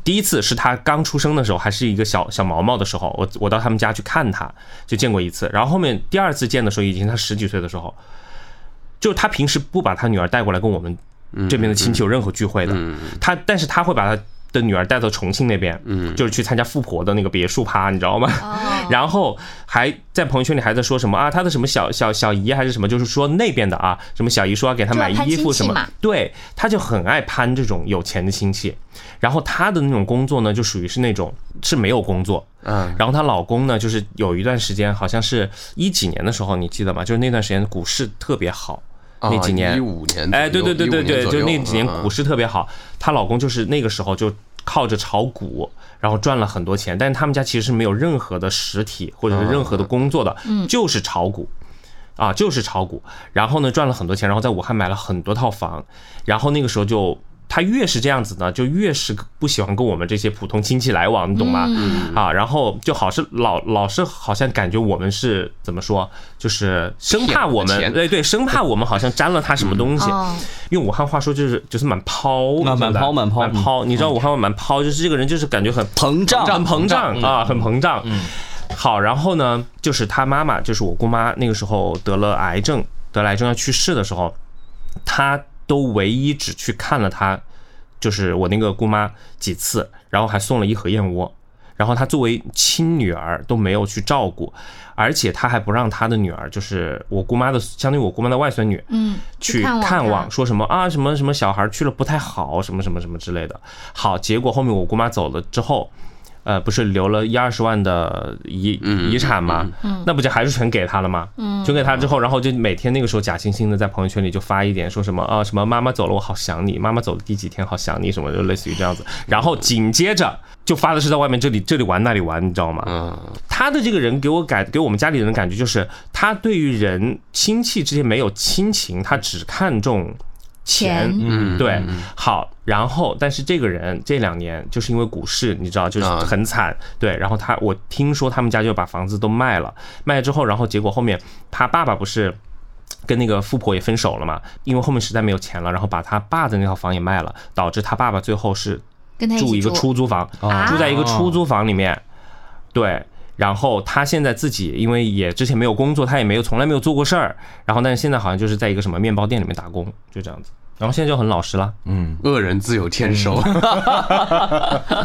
Speaker 2: 第一次是她刚出生的时候，还是一个小小毛毛的时候，我我到他们家去看她，就见过一次。然后后面第二次见的时候，已经她十几岁的时候，就是她平时不把她女儿带过来跟我们这边的亲戚有任何聚会的，她但是她会把她的女儿带到重庆那边，就是去参加富婆的那个别墅趴，你知道吗？
Speaker 3: 哦
Speaker 2: 然后还在朋友圈里还在说什么啊，他的什么小小小姨还是什么，就是说那边的啊，什么小姨说要给他买
Speaker 3: 就要攀
Speaker 2: 衣服
Speaker 3: 亲戚
Speaker 2: 什么
Speaker 3: 嘛，
Speaker 2: 对，他就很爱攀这种有钱的亲戚。然后她的那种工作呢，就属于是那种是没有工作，
Speaker 4: 嗯，
Speaker 2: 然后她老公呢，就是有一段时间，好像是一几年的时候，你记得吗？就是那段时间股市特别好，
Speaker 4: 啊
Speaker 2: 那几年
Speaker 4: 15年左右
Speaker 2: 哎，对对对对
Speaker 4: 15年
Speaker 2: 对，
Speaker 4: 左
Speaker 2: 就
Speaker 4: 右
Speaker 2: 那几年
Speaker 4: 嗯嗯
Speaker 2: 股市特别好，她老公就是那个时候就靠着炒股，然后赚了很多钱，但是他们家其实是没有任何的实体或者是任
Speaker 4: 嗯
Speaker 2: 何的工作的，就是炒股。啊，就是炒股，然后呢赚了很多钱，然后在武汉买了很多套房，然后那个时候就他越是这样子呢，就越是不喜欢跟我们这些普通亲戚来往，你懂吗？
Speaker 4: 嗯
Speaker 2: 啊，然后就好是老老是好像感觉我们是怎么说，就是生怕我
Speaker 4: 骗我
Speaker 2: 们
Speaker 4: 们钱
Speaker 2: 对对，生怕我们好像沾了他什么东西，
Speaker 3: 哦
Speaker 2: 用武汉话说就是就是蛮抛，
Speaker 1: 嗯蛮
Speaker 2: 你知道吧
Speaker 1: 蛮抛蛮抛嗯
Speaker 2: 蛮抛，你知道武汉话蛮抛，就是这个人就是感觉很
Speaker 1: 膨胀
Speaker 2: 很膨胀
Speaker 1: 嗯
Speaker 2: 啊，很膨胀。好，然后呢，就是他妈妈，就是我姑妈，那个时候得了癌症，得了癌症要去世的时候，他都唯一只去看了他，就是我那个姑妈几次，然后还送了一盒燕窝。然后他作为亲女儿都没有去照顾，而且他还不让他的女儿，就是我姑妈的，相当于我姑妈的外孙女，
Speaker 3: 嗯，
Speaker 2: 去
Speaker 3: 看
Speaker 2: 看
Speaker 3: 望
Speaker 2: 望，
Speaker 3: 他，
Speaker 2: 说什么啊什么什么小孩去了不太好，什么什么什么之类的。好，结果后面我姑妈走了之后，呃，不是留了一二十万的遗遗产吗？那不就还是全给他了吗？全给他之后，然后就每天那个时候假惺惺的在朋友圈里就发一点说什么啊什么妈妈走了我好想你，妈妈走了第几天好想你什么，就类似于这样子。然后紧接着就发的是在外面这里这里玩那里玩，你知道吗？
Speaker 4: 嗯，
Speaker 2: 他的这个人给我感给我们家里人的感觉就是，他对于人亲戚之间没有亲情，他只看重钱。
Speaker 3: 钱
Speaker 2: 嗯，对，好。然后，但是这个人这两年就是因为股市，你知道，就是
Speaker 4: 啊
Speaker 2: 很惨。对，然后他我听说他们家就把房子都卖了，卖了之后，然后结果后面他爸爸不是。跟那个富婆也分手了嘛，因为后面实在没有钱了，然后把他爸的那套房也卖了，导致他爸爸最后是
Speaker 3: 跟他一
Speaker 2: 住
Speaker 3: 起
Speaker 2: 一个出租房，
Speaker 1: 哦
Speaker 3: 啊
Speaker 2: 住在一个出租房里面，对。然后他现在自己，因为也之前没有工作，他也没有从来没有做过事儿。然后，但是现在好像就是在一个什么面包店里面打工，就这样子。然后现在就很老实了，
Speaker 1: 嗯
Speaker 4: 恶人自有天收。
Speaker 2: 嗯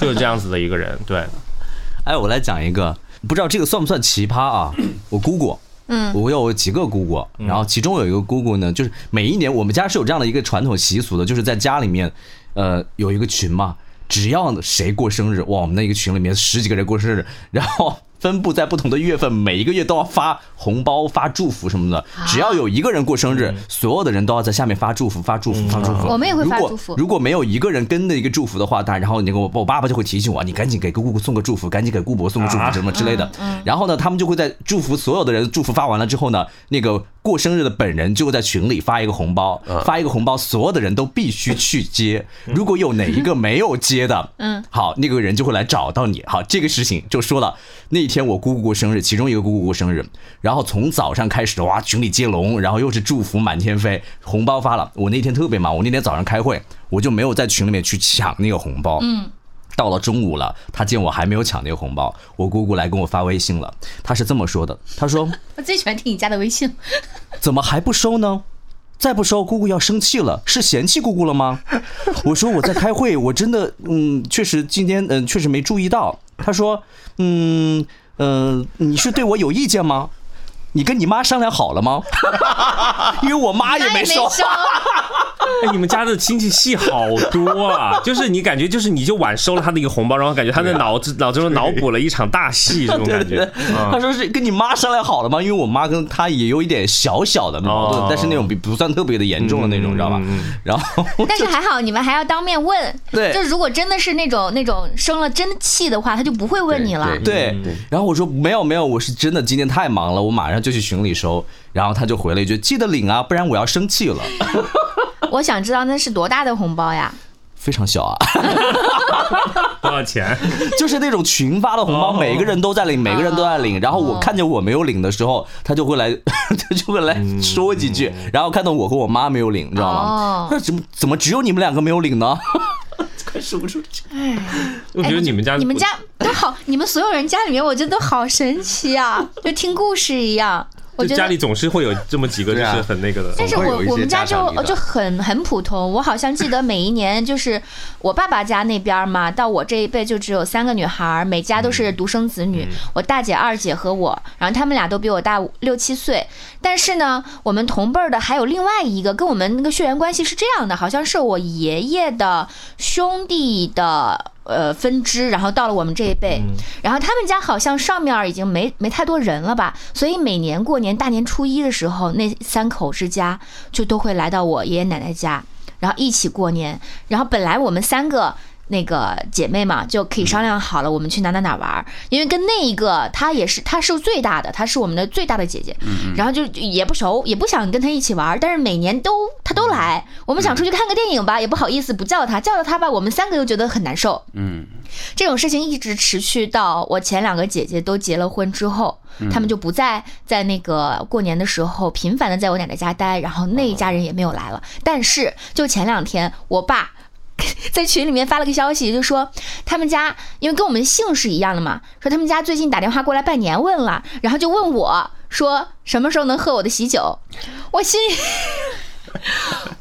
Speaker 2: 就是这样子的一个人。对，
Speaker 1: 哎，我来讲一个，不知道这个算不算奇葩 啊？我姑姑，
Speaker 3: 嗯，
Speaker 1: 我有几个姑姑，然后其中有一个姑姑呢，就是每一年我们家是有这样的一个传统习俗的，就是在家里面，呃，有一个群嘛，只要谁过生日，哇，我们那一个群里面十几个人过生日，然后分布在不同的月份，每一个月都要发红包、发祝福什么的。只要有一个人过生日，所有的人都要在下面发祝福、发祝福、发祝福。
Speaker 3: 嗯我们也会
Speaker 1: 如
Speaker 3: 发
Speaker 1: 果
Speaker 3: 祝福
Speaker 1: 如果没有一个人跟着一个祝福的话，他然后你给我我爸爸就会提醒我，你赶紧给姑姑送个祝福，赶紧给姑婆送个祝福，什么之类的。然后呢，他们就会在祝福所有的人祝福发完了之后呢，那个过生日的本人就会在群里发一个红包，发一个红包，所有的人都必须去接。如果有哪一个没有接的，嗯，好，那个人就会来找到你。好，这个事情就说了，那天我姑姑过生日，其中一个姑姑过生日，然后从早上开始，哇，群里接龙，然后又是祝福满天飞，红包发了。我那天特别忙，我那天早上开会，我就没有在群里面去抢那个红包。嗯。到了中午了，他见我还没有抢那个红包，我姑姑来跟我发微信了。他是这么说的：“他 说
Speaker 3: 我最喜欢听你加的微信，
Speaker 1: 怎么还不收呢？再不收，姑姑要生气了，是嫌弃姑姑了 吗？我说我在开会，我真的，嗯，确实今天，嗯，确实没注意到。他说，嗯，呃，你是对我有意见吗？你跟你妈商量好了吗？ 因为我妈也
Speaker 3: 他也
Speaker 1: 没
Speaker 3: 没
Speaker 1: 收。
Speaker 2: 哎，你们家的亲戚戏好多啊！就是你感觉就是你就晚收了他的一个红包，然后感觉他在脑子脑子中脑补了一场大戏，这种
Speaker 1: 啊对
Speaker 2: 感
Speaker 1: 对对嗯
Speaker 2: 觉。，啊
Speaker 1: 他说是跟你妈商量好了吗？因为我妈跟她也有一点小小的矛盾，
Speaker 2: 哦
Speaker 1: 但是那种比不算特别的严重的那种，你知道吧
Speaker 2: 嗯嗯？
Speaker 1: 然后
Speaker 3: 但是还好你们还要当面问，
Speaker 1: 对
Speaker 3: 就是如果真的是那种那种生了真气的话，他就不会问你了
Speaker 4: 对。
Speaker 1: 对
Speaker 2: 嗯
Speaker 4: 对，
Speaker 1: 然后我说没有没有，我是真的今天太忙了，我马上就去群里收。然后他就回了一句：“记得领啊，不然我要生气了。
Speaker 3: 我想知道那是多大的红包呀？”
Speaker 1: 非常小啊，
Speaker 2: 多少钱？
Speaker 1: 就是那种群发的红包，
Speaker 2: 哦啊
Speaker 1: 每个人都在领，每个人都在领。然后我看见我没有领的时候，他就会来， 他就会来
Speaker 2: 嗯
Speaker 1: 说几句。然后看到我和我妈没有领，你知道吗
Speaker 3: 哦？
Speaker 1: 他说怎么怎么只有你们两个没有领呢？快数不出去。
Speaker 2: 我觉得你们家
Speaker 3: 哎你们家都好，你们所有人家里面，我觉得都好神奇啊，就听故事一样。我
Speaker 2: 就
Speaker 3: 觉
Speaker 2: 家
Speaker 3: 得哎
Speaker 2: 里，总是会有这么几个就
Speaker 4: 对啊
Speaker 2: 是很那个的。
Speaker 3: 但是
Speaker 4: 总会
Speaker 3: 我
Speaker 4: 有一些
Speaker 3: 我们家
Speaker 4: 家长
Speaker 3: 就
Speaker 4: 里的
Speaker 3: 就很很普通。我好像记得每一年就是我爸爸家那边儿嘛，到我这一辈就只有三个女孩儿，每家都是
Speaker 4: 嗯
Speaker 3: 独生子女，
Speaker 2: 嗯
Speaker 3: 我大姐、二姐和我，然后他们俩都比我大五六七岁。但是呢，我们同辈儿的还有另外一个跟我们那个血缘关系是这样的，好像是我爷爷的兄弟的呃分支，然后到了我们这一辈。然后他们家好像上面儿已经没没太多人了吧，所以每年过年大年初一的时候，那三口之家就都会来到我爷爷奶奶家，然后一起过年。然后本来我们三个那个姐妹嘛，就可以商量好了，我们去哪哪哪玩儿。因为跟那一个她也是，她是最大的，她是我们的最大的姐姐，然后就也不熟，也不想跟她一起玩儿，但是每年都她都来，我们想出去看个电影吧，也不好意思不叫她，叫了她吧，我们三个又觉得很难受。这种事情一直持续到我前两个姐姐都结了婚之后，她们就不再在那个过年的时候频繁的在我奶奶家待，然后那一家人也没有来了。但是就前两天，我爸 在群里面发了个消息，就说他们家因为跟我们姓氏一样的嘛，说他们家最近打电话过来拜年问了，然后就问我说什么时候能喝我的喜酒，我心里。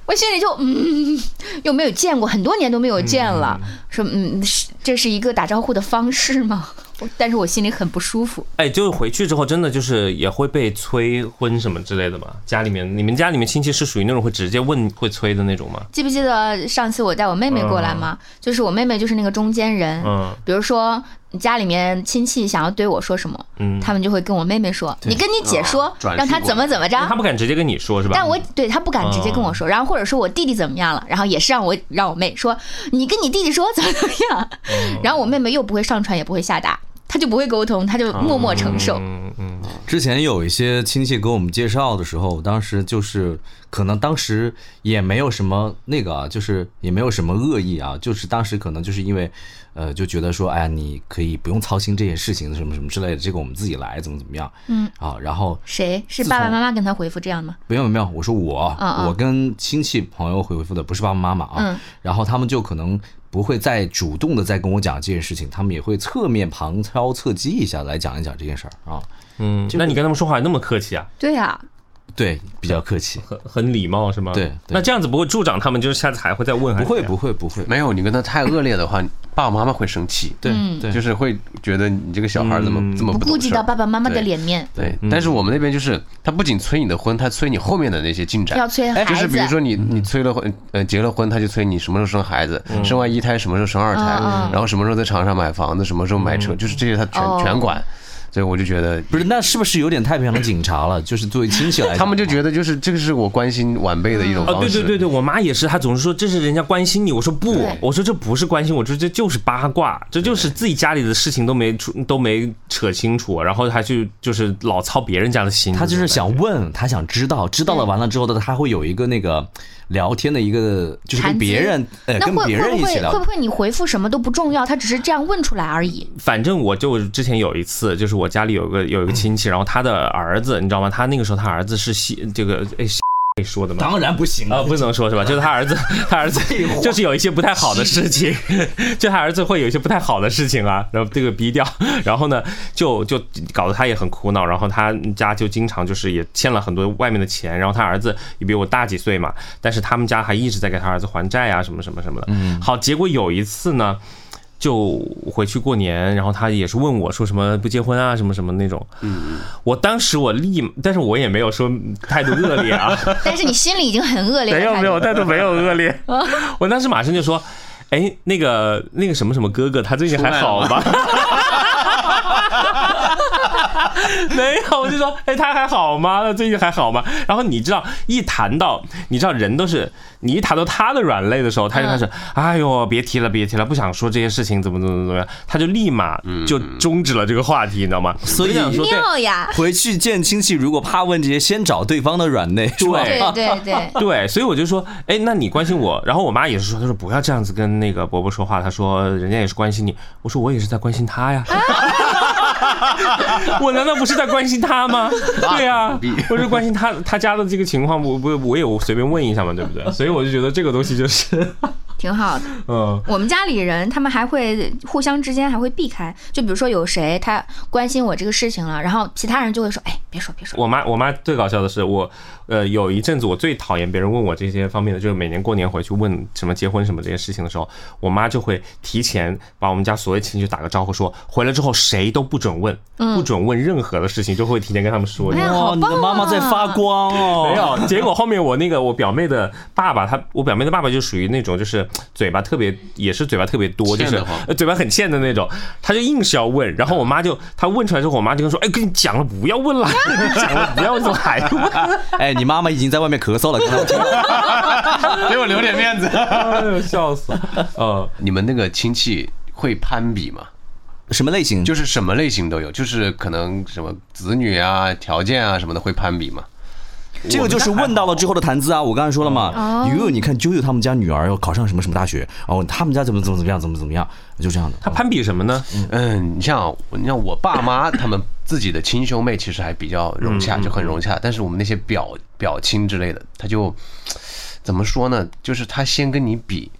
Speaker 3: 我心里就嗯，又没有见过，很多年都没有见了，说嗯，是这是一个打招呼的方式吗？ 我但是我心里很不舒服。
Speaker 2: 哎，就是回去之后，真的就是也会被催婚什么之类的嘛。家里面，你们家里面亲戚是属于那种会直接问、会催的那种吗？
Speaker 3: 记不记得上次我带我妹妹过来吗？就是我妹妹就是那个中间人，
Speaker 2: 嗯
Speaker 3: 比如说你家里面亲戚想要对我说什么，
Speaker 2: 嗯，
Speaker 3: 他们就会跟我妹妹说，你跟你姐说，
Speaker 4: 转述
Speaker 3: 让她怎么怎么着。
Speaker 2: 哎他不敢直接跟你说，是吧？
Speaker 3: 啊但我对她不敢直接跟我说，然后或者说我弟弟怎么样了，然后也是让我让我妹说，你跟你弟弟说怎么怎么样，然后我妹妹又不会上传，也不会下达，她就不会沟通，她就默默承受。
Speaker 2: 嗯嗯，
Speaker 1: 之前有一些亲戚给我们介绍的时候，我当时就是可能当时也没有什么那个啊，就是也没有什么恶意啊，就是当时可能就是因为，呃，就觉得说，哎呀，你可以不用操心这些事情，什么什么之类的，这个我们自己来，怎么怎么样，
Speaker 3: 嗯
Speaker 1: 啊，然后
Speaker 3: 谁是爸爸妈妈跟她回复这样吗？
Speaker 1: 没有没有，我说我，
Speaker 3: 嗯嗯
Speaker 1: 我跟亲戚朋友回复的，不是爸爸妈妈啊。
Speaker 3: 嗯
Speaker 1: 然后他们就可能不会再主动的再跟我讲这件事情，他们也会侧面旁敲侧击一下来讲一讲这件事儿啊。
Speaker 2: 嗯，那你跟他们说话那么客气啊，
Speaker 3: 对啊，
Speaker 1: 对，比较客气，
Speaker 2: 很很礼貌是吗？
Speaker 1: 对对
Speaker 2: 那这样子不会助长他们就是下次还会再问还
Speaker 1: 不
Speaker 2: 是怎
Speaker 1: 会
Speaker 2: 样？
Speaker 1: 不会不会，
Speaker 4: 没有，你跟他太恶劣的话，爸爸妈妈会生气，
Speaker 1: 对
Speaker 3: 嗯
Speaker 1: 对，
Speaker 4: 就是会觉得你这个小孩儿怎
Speaker 2: 嗯
Speaker 4: 么这么
Speaker 3: 不
Speaker 4: 懂
Speaker 3: 顾及
Speaker 4: 事儿
Speaker 3: 到爸爸妈妈的
Speaker 4: 对
Speaker 3: 脸面，
Speaker 4: 对，但是我们那边就是，他不仅催你的婚，他催你后面的那些进展，
Speaker 3: 要催孩子
Speaker 4: 哎就是比如说你你催了婚，呃，结了婚，他就催你什么时候生孩子，
Speaker 2: 嗯
Speaker 4: 生完一胎什么时候生二胎
Speaker 3: 嗯嗯，
Speaker 4: 然后什么时候在厂上买房子，什么时候买
Speaker 2: 嗯
Speaker 4: 车，就是这些他
Speaker 3: 哦
Speaker 4: 全全管，所以我就觉得。
Speaker 1: 不是那是不是有点太平洋的警察了？ 就是作为亲戚来讲，
Speaker 4: 他们就觉得就是这个是我关心晚辈的一种
Speaker 2: 哦，
Speaker 4: 方
Speaker 2: 对
Speaker 4: 式，
Speaker 2: 对对对，我妈也是，她总是说这是人家关心你，我说不
Speaker 3: 对，
Speaker 2: 我说这不是关心，我说这就是八卦，这就是自己家里的事情都没出都没扯清楚，然后还去就是老操别人家的心，
Speaker 1: 他就是
Speaker 2: 这种
Speaker 1: 想问，他想知道，知道了完了之后的他会有一个那个聊天的一个，就是
Speaker 3: 谈
Speaker 1: 跟
Speaker 3: 资
Speaker 1: 别人呃
Speaker 3: 那
Speaker 1: 跟
Speaker 3: 会
Speaker 1: 别
Speaker 3: 会
Speaker 1: 人
Speaker 3: 不
Speaker 1: 一起
Speaker 3: 会会
Speaker 1: 聊
Speaker 3: 不，会你回复什么都不重要，她只是这样问出来而已。
Speaker 2: 感觉。反正我就之前有一次，就是我家里有个有一个亲戚，然后他的儿子，你知道吗？他那个时候他儿子是西这个哎西可以说的吗？
Speaker 1: 当然不行
Speaker 2: 啊、不能说是吧？就是他儿子， 他儿子就是有一些不太好的事情， 就他儿子会有一些不太好的事情啊，然后这个逼掉，然后呢，就就搞得他也很苦恼，然后他家就经常就是也欠了很多外面的钱，然后他儿子也比我大几岁嘛，但是他们家还一直在给他儿子还债啊，什么什么什么的。好，结果有一次呢。就回去过年，然后他也是问我说什么不结婚啊，什么什么那种。嗯，我当时我立，但是我也没有说态度恶劣啊，
Speaker 3: 但是你心里已经很恶 劣了，
Speaker 2: 没有
Speaker 3: 她
Speaker 2: 没有，态度没有恶劣。 我当时马上就说，哎，那个那个什么什么哥哥，他最近还好 吧？没有，我就说，哎，他还好吗？他最近还好吗？然后你知道，一谈到，你知道人都是，你一谈到他的软肋的时候，他就开
Speaker 3: 嗯
Speaker 2: 始，哎呦，别提了，别提了，不想说这些事情，怎么怎么怎么样，他就立马就终止了这个话题，你知道吗？
Speaker 1: 所以
Speaker 2: 我就想说，对，
Speaker 3: 妙呀，
Speaker 1: 回去见亲戚，如果怕问这些，先找对方的软肋，是吧
Speaker 2: 对
Speaker 3: 对 对对，
Speaker 2: 对，所以我就说，哎，那你关心我，然后我妈也是说，她说不要这样子跟那个伯伯说话，她说人家也是关心你，我说我也是在关心他呀， 我难道不是在关心他吗？对 啊，我是关心他他家的这个情况，我不我也随便问一下嘛，对不对？所以我就觉得这个东西就是，
Speaker 3: 挺好的。
Speaker 2: 嗯，
Speaker 3: 我们家里人他们还会互相之间还会避开，就比如说有谁他关心我这个事情了，然后其他人就会说，哎，别说别说，
Speaker 2: 我妈我妈最搞笑的是我，呃，有一阵子我最讨厌别人问我这些方面的，就是每年过年回去问什么结婚什么这些事情的时候，我妈就会提前把我们家所有亲戚打个招呼说，回来之后谁都不准问，不准问任何的事情，就会提前跟他们说。
Speaker 3: 哎呀好
Speaker 1: 哇，你的妈妈在发光哦！
Speaker 2: 没有，结果后面我那个我表妹的爸爸，他我表妹的爸爸就属于那种就是嘴巴特别，也是嘴巴特别多，就
Speaker 4: 欠
Speaker 2: 是
Speaker 4: 得慌
Speaker 2: 呃嘴巴很欠的那种，他就硬是要问，然后我妈就她问出来之后，我妈就跟说，哎，跟你讲了不要问了， 跟你讲了不要问，怎么还问？
Speaker 1: 哎，你妈妈已经在外面咳嗽了，刚才我听到。
Speaker 4: 给我留点面子。
Speaker 2: 哎呦，笑死了，嗯。
Speaker 4: 你们那个亲戚会攀比吗？
Speaker 1: 什么类型？
Speaker 4: 就是什么类型都有，就是可能什么子女啊、条件啊什么的会攀比吗？
Speaker 1: 这个就是问到了之后的谈资啊！我刚才说了嘛
Speaker 3: 哦，
Speaker 1: 悠悠，你看啾啾他们家女儿要考上什么什么大学，哦，他们家怎么怎么怎么样，怎么怎么样，就这样的。
Speaker 2: 他攀比什么呢？
Speaker 4: 嗯，你像啊我你像我爸妈他们自己的亲兄妹，其实还比较融洽，就很融洽。但是我们那些表表亲之类的，他就怎么说呢？就是他先跟你比，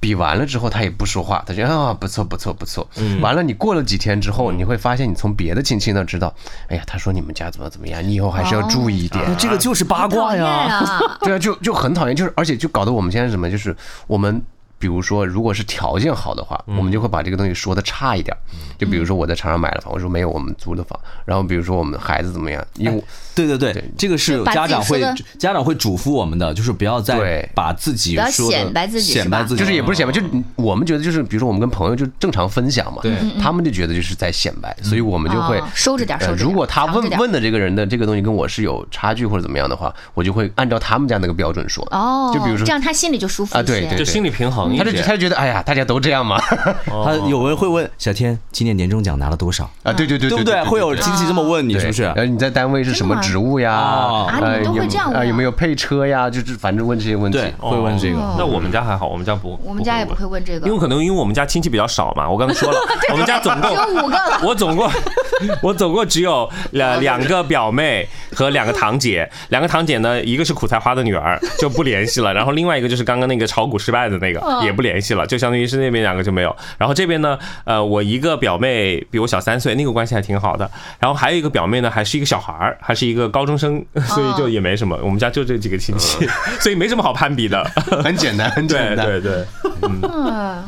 Speaker 4: 比完了之后他也不说话，他就啊不错不错不错。完了你过了几天之后，你会发现你从别的亲戚那知道，哎呀，他说你们家怎么怎么样，你以后还是要注意一点。
Speaker 1: 那这个就是八
Speaker 3: 讨
Speaker 1: 卦
Speaker 3: 厌
Speaker 1: 呀，
Speaker 3: 啊！
Speaker 4: 对啊，就就很讨厌，就是而且就搞得我们现在是什么，就是我们比如说如果是条件好的话，我们就会把这个东西说的差一点儿。就比如说我在长沙买了房，我说没有，我们租的房。然后比如说我们孩子怎么样，因为我
Speaker 1: 对对对，这个是
Speaker 3: 就把自己
Speaker 1: 家长会
Speaker 3: 说的
Speaker 1: 家长会嘱咐我们的，就是不要再
Speaker 4: 对
Speaker 1: 把自己
Speaker 3: 不要
Speaker 1: 说的
Speaker 3: 显摆自己
Speaker 1: 显摆
Speaker 3: 是吧
Speaker 1: 自己，
Speaker 4: 就是也不是显摆，就是我们觉得就是比如说我们跟朋友就正常分享嘛，他们就觉得就是在显摆，所以我们就会
Speaker 3: 嗯哦收着点儿，收
Speaker 4: 呃，
Speaker 3: 着点儿。
Speaker 4: 如果他
Speaker 3: 藏着
Speaker 4: 问
Speaker 3: 点儿
Speaker 4: 问的这个人的这个东西跟我是有差距或者怎么样的话，我就会按照他们家那个标准说。
Speaker 3: 哦，
Speaker 4: 就比如说
Speaker 3: 这样他心里就舒服
Speaker 4: 啊
Speaker 3: 一些。
Speaker 4: 对对
Speaker 2: 就心理平衡一
Speaker 4: 他就
Speaker 2: 些
Speaker 4: 他。就觉得哎呀，大家都这样嘛
Speaker 1: 他有人会问小天今年年终奖拿了多少，
Speaker 4: 啊，对对对
Speaker 1: 对不对？会有亲戚这么问你，
Speaker 4: 对
Speaker 1: 是不是
Speaker 4: 然？后你在单位是什么职务呀？
Speaker 1: 哦
Speaker 3: 啊你们都会
Speaker 4: 有
Speaker 3: 这样问啊
Speaker 4: 啊？有没有配车呀？就是反正问这些问题。
Speaker 1: 对，会问这个。
Speaker 2: 那我们家还好，我们家哦不，
Speaker 3: 我们家也不会问 这个
Speaker 2: 因为可能因为我们家亲戚比较少嘛，我刚才说 了，我们家总共
Speaker 3: 只有五个了
Speaker 2: 我总共我总共只有两两个表妹和两个堂姐，两个堂姐呢，一个是苦菜花的女儿就不联系了，然后另外一个就是刚刚那个炒股失败的那个
Speaker 3: 嗯
Speaker 2: 也不联系了，就相当于是那边两个就没有，然后这边呢，呃，我一个表妹比我小三岁，那个关系还挺好的，然后还有一个表妹呢，还是一个小孩儿，还是一个高中生， 所以就
Speaker 4: 哦
Speaker 2: 也没什么，我们家就这几个亲戚， 所以没什么好攀比的，
Speaker 4: 嗯很简单，很
Speaker 2: 对
Speaker 4: 简单。
Speaker 2: 对对，
Speaker 3: 嗯，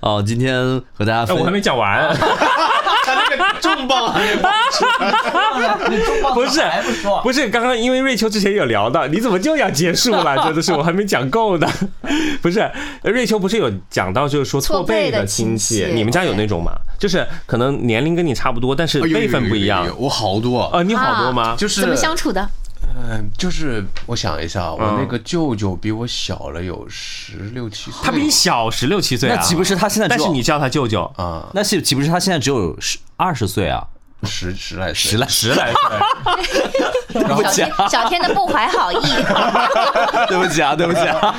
Speaker 1: 哦，今天和大家
Speaker 2: 哎，
Speaker 1: 分
Speaker 2: 我还没讲 完。
Speaker 4: 重 磅，
Speaker 2: 不是不是，刚刚因为瑞秋之前有聊到，你怎么就要结束 了？真的是我还没讲够呢。 不是，呃瑞秋不是有讲到就是说
Speaker 3: 错
Speaker 2: 错辈
Speaker 3: 辈的
Speaker 2: 的亲
Speaker 3: 亲戚
Speaker 2: 你们家有那种吗？就是可能年龄跟你差不多，但是辈分不一样
Speaker 4: 有。有有有我好多啊，
Speaker 2: 呃，你好多吗？
Speaker 4: 就是
Speaker 3: 怎么相处的？
Speaker 4: 嗯，就是我想一下，我
Speaker 2: 嗯
Speaker 4: 那个舅舅比我小了有十六七岁，
Speaker 2: 他比你小十六七岁啊，
Speaker 1: 那岂不是他现在
Speaker 2: 但
Speaker 1: 只有
Speaker 2: 是你叫他舅舅，
Speaker 4: 啊
Speaker 1: 那是岂不是他现在只有十二十岁啊？
Speaker 4: 十十来岁
Speaker 1: 十来
Speaker 2: 十来岁，
Speaker 1: 对不
Speaker 3: 小
Speaker 1: 起
Speaker 3: 天
Speaker 1: 啊，
Speaker 3: 小天的不怀好意，
Speaker 1: 对不起啊，对不起啊。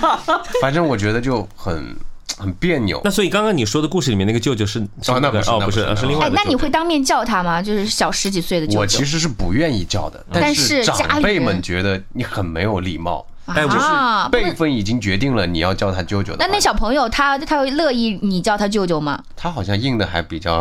Speaker 4: 反正我觉得就很很别扭
Speaker 2: 那。所以刚刚你说的故事里面那个舅舅是是
Speaker 4: 哦那
Speaker 2: 个
Speaker 4: 不是
Speaker 2: 哦不
Speaker 4: 那不是
Speaker 2: 是呃是另外
Speaker 3: 哎
Speaker 2: 一，个
Speaker 3: 那
Speaker 2: 舅
Speaker 3: 你
Speaker 2: 舅。
Speaker 3: 会当面叫他吗？就是小十几岁的舅
Speaker 4: 我其
Speaker 3: 舅
Speaker 4: 实是不愿意叫的，
Speaker 3: 但是
Speaker 4: 是
Speaker 3: 家
Speaker 4: 长
Speaker 3: 里
Speaker 4: 辈
Speaker 3: 人
Speaker 4: 们觉得你很没有礼貌，
Speaker 2: 哎我是
Speaker 3: 啊，不
Speaker 4: 辈
Speaker 3: 能。
Speaker 4: 分已经决定了，你要叫他舅舅的
Speaker 3: 那
Speaker 4: 话。
Speaker 3: 那小朋友他他会乐意你叫他舅舅吗？
Speaker 4: 他好像硬的还比较。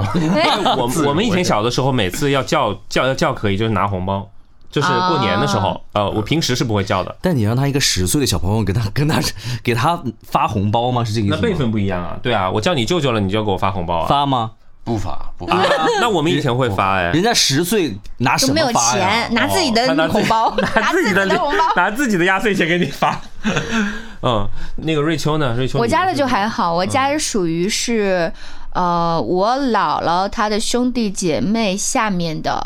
Speaker 2: 我
Speaker 4: 自如
Speaker 2: 我们以
Speaker 4: 我
Speaker 2: 前
Speaker 4: 觉得
Speaker 2: 小的时候，每次要叫叫要叫可以，就是拿红包，就是过年的时候，
Speaker 3: 啊
Speaker 2: 呃，我平时是不会叫的。
Speaker 1: 但你让他一个十岁的小朋友给他 跟他给他发红包吗？是这个意
Speaker 2: 那
Speaker 1: 思吗？
Speaker 2: 辈分不一样啊，对啊，我叫你舅舅了，你就要给我发红包啊。
Speaker 1: 发吗？
Speaker 4: 不发不发，
Speaker 2: 那我们以前会 发哎，
Speaker 1: 人家十岁拿什
Speaker 3: 就
Speaker 1: 么
Speaker 3: 没有
Speaker 1: 发呀
Speaker 3: 钱，？拿自己的
Speaker 2: 哦他拿自己
Speaker 3: 红包，拿自己的红包。
Speaker 2: 拿自己的压岁钱给你发。 嗯，那个瑞秋呢？瑞秋，
Speaker 3: 我家的
Speaker 2: 你
Speaker 3: 就还好，我家属于是，呃，我姥姥她的兄弟姐妹下面的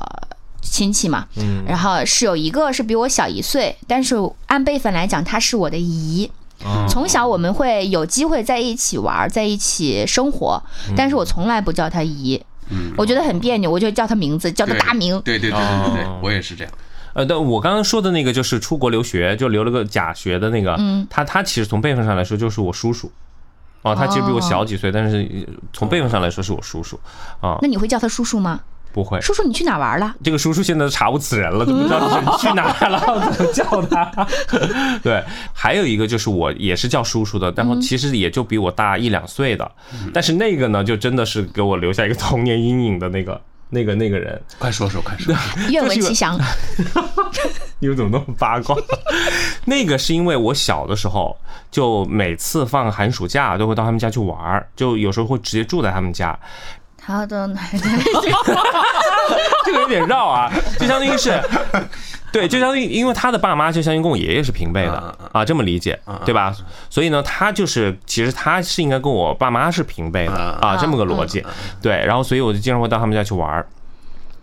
Speaker 3: 亲戚嘛，嗯，然后是有一个是比我小一岁，但是按辈分来讲，她是我的姨。从小我们会有机会在一起玩儿，在一起生活，但是我从来不叫她姨，我觉得很别扭，我就叫她名字，叫她大名，
Speaker 4: 对对对对对，
Speaker 2: 哦
Speaker 4: 我也是这样。
Speaker 2: 呃，但我刚刚说的那个就是出国留学，就留了个假学的那个，
Speaker 3: 嗯
Speaker 2: 他他其实从辈分上来说就是我叔叔。哦，他其实比我小几岁，但是呃从辈分上来说是我叔叔，
Speaker 3: 那你会叫她叔叔吗？
Speaker 2: 不会。
Speaker 3: 叔叔，你去哪儿玩了？
Speaker 2: 这个叔叔现在都查无此人了，都不知道是去哪儿了，怎么叫他？对，还有一个就是我也是叫叔叔的，然后其实也就比我大一两岁的，但是那个呢，就真的是给我留下一个童年阴影的那个。那个那个人，
Speaker 4: 快说说，快说说！
Speaker 3: 愿闻其详。
Speaker 2: 你们怎么那么八卦？那个是因为我小的时候，就每次放寒暑假都会到他们家去玩儿，就有时候会直接住在他们家，
Speaker 3: 他的奶奶
Speaker 2: 这个有点绕啊，就相当于是对，就相当于因为他的爸妈就相当于跟我爷爷是平辈的啊，这么理解对吧？所以呢，他就是其实他是应该跟我爸妈是平辈的啊，这么个逻辑。对，然后所以我就经常会到他们家去玩儿。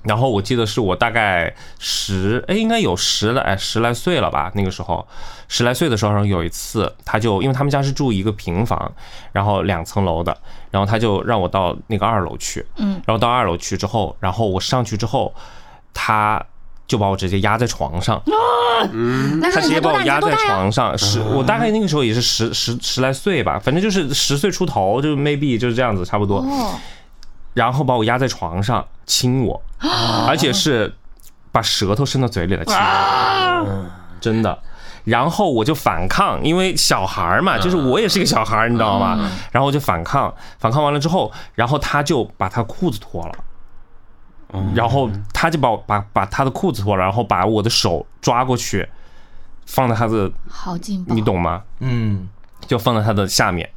Speaker 2: 然后我记得是我大概十，哎，应该有十来哎十来岁了吧？那个时候，十来岁的时候，然后有一次，他就因为他们家是住一个平房，然后两层楼的，然后他就让我到那个二楼去，
Speaker 3: 嗯，
Speaker 2: 然后到二楼去之后，然后我上去之后，他就把我直接压在床上，
Speaker 3: 那时
Speaker 2: 他直
Speaker 3: 候你
Speaker 2: 接
Speaker 3: 才
Speaker 2: 把
Speaker 3: 多
Speaker 2: 我
Speaker 3: 大？你
Speaker 2: 压
Speaker 3: 才多
Speaker 2: 在
Speaker 3: 大呀？
Speaker 2: 床上，十我大概那个时候也是十十十来岁吧，反正就是十岁出头，就是 maybe 就是这样子差不多，
Speaker 3: 哦，
Speaker 2: 然后把我压在床上亲我，而且是把舌头伸到嘴里来亲我，真的。然后我就反抗，因为小孩儿嘛，就是我也是个小孩儿，你知道吗？然后我就反抗，反抗完了之后，然后他就把他裤子脱了。然后他就把我把把他的裤子脱了，然后把我的手抓过去，放在他的，
Speaker 3: 好劲爆！
Speaker 2: 你懂吗？
Speaker 1: 嗯，
Speaker 2: 就放在他的下面，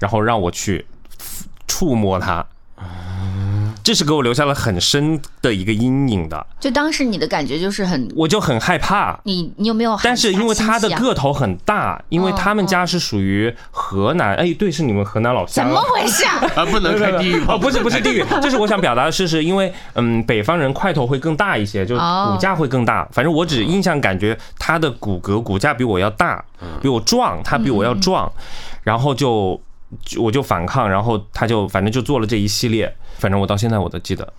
Speaker 2: 然后让我去触摸他，这是给我留下了很深的一个阴影的，
Speaker 3: 就当时你的感觉就是很，
Speaker 2: 我就很害怕。
Speaker 3: 你你有没有喊
Speaker 2: 但是因为他的
Speaker 3: 喊亲戚啊
Speaker 2: 个头很大，因为他们家是属于河南，哎，对，是你们河南老
Speaker 3: 怎
Speaker 2: 乡。
Speaker 3: 么回事啊？
Speaker 4: 啊，不能开地狱吧
Speaker 2: 哦，不是不是地域，就是我想表达的是，是因为嗯，北方人块头会更大一些，就是
Speaker 3: 哦
Speaker 2: 骨架会更大。反正我只印象感觉他的骨骼骨架比我要大，比我壮，他比我
Speaker 3: 嗯
Speaker 2: 要壮，然后就就我就反抗，然后他就反正就做了这一系列，反正我到现在我都记得，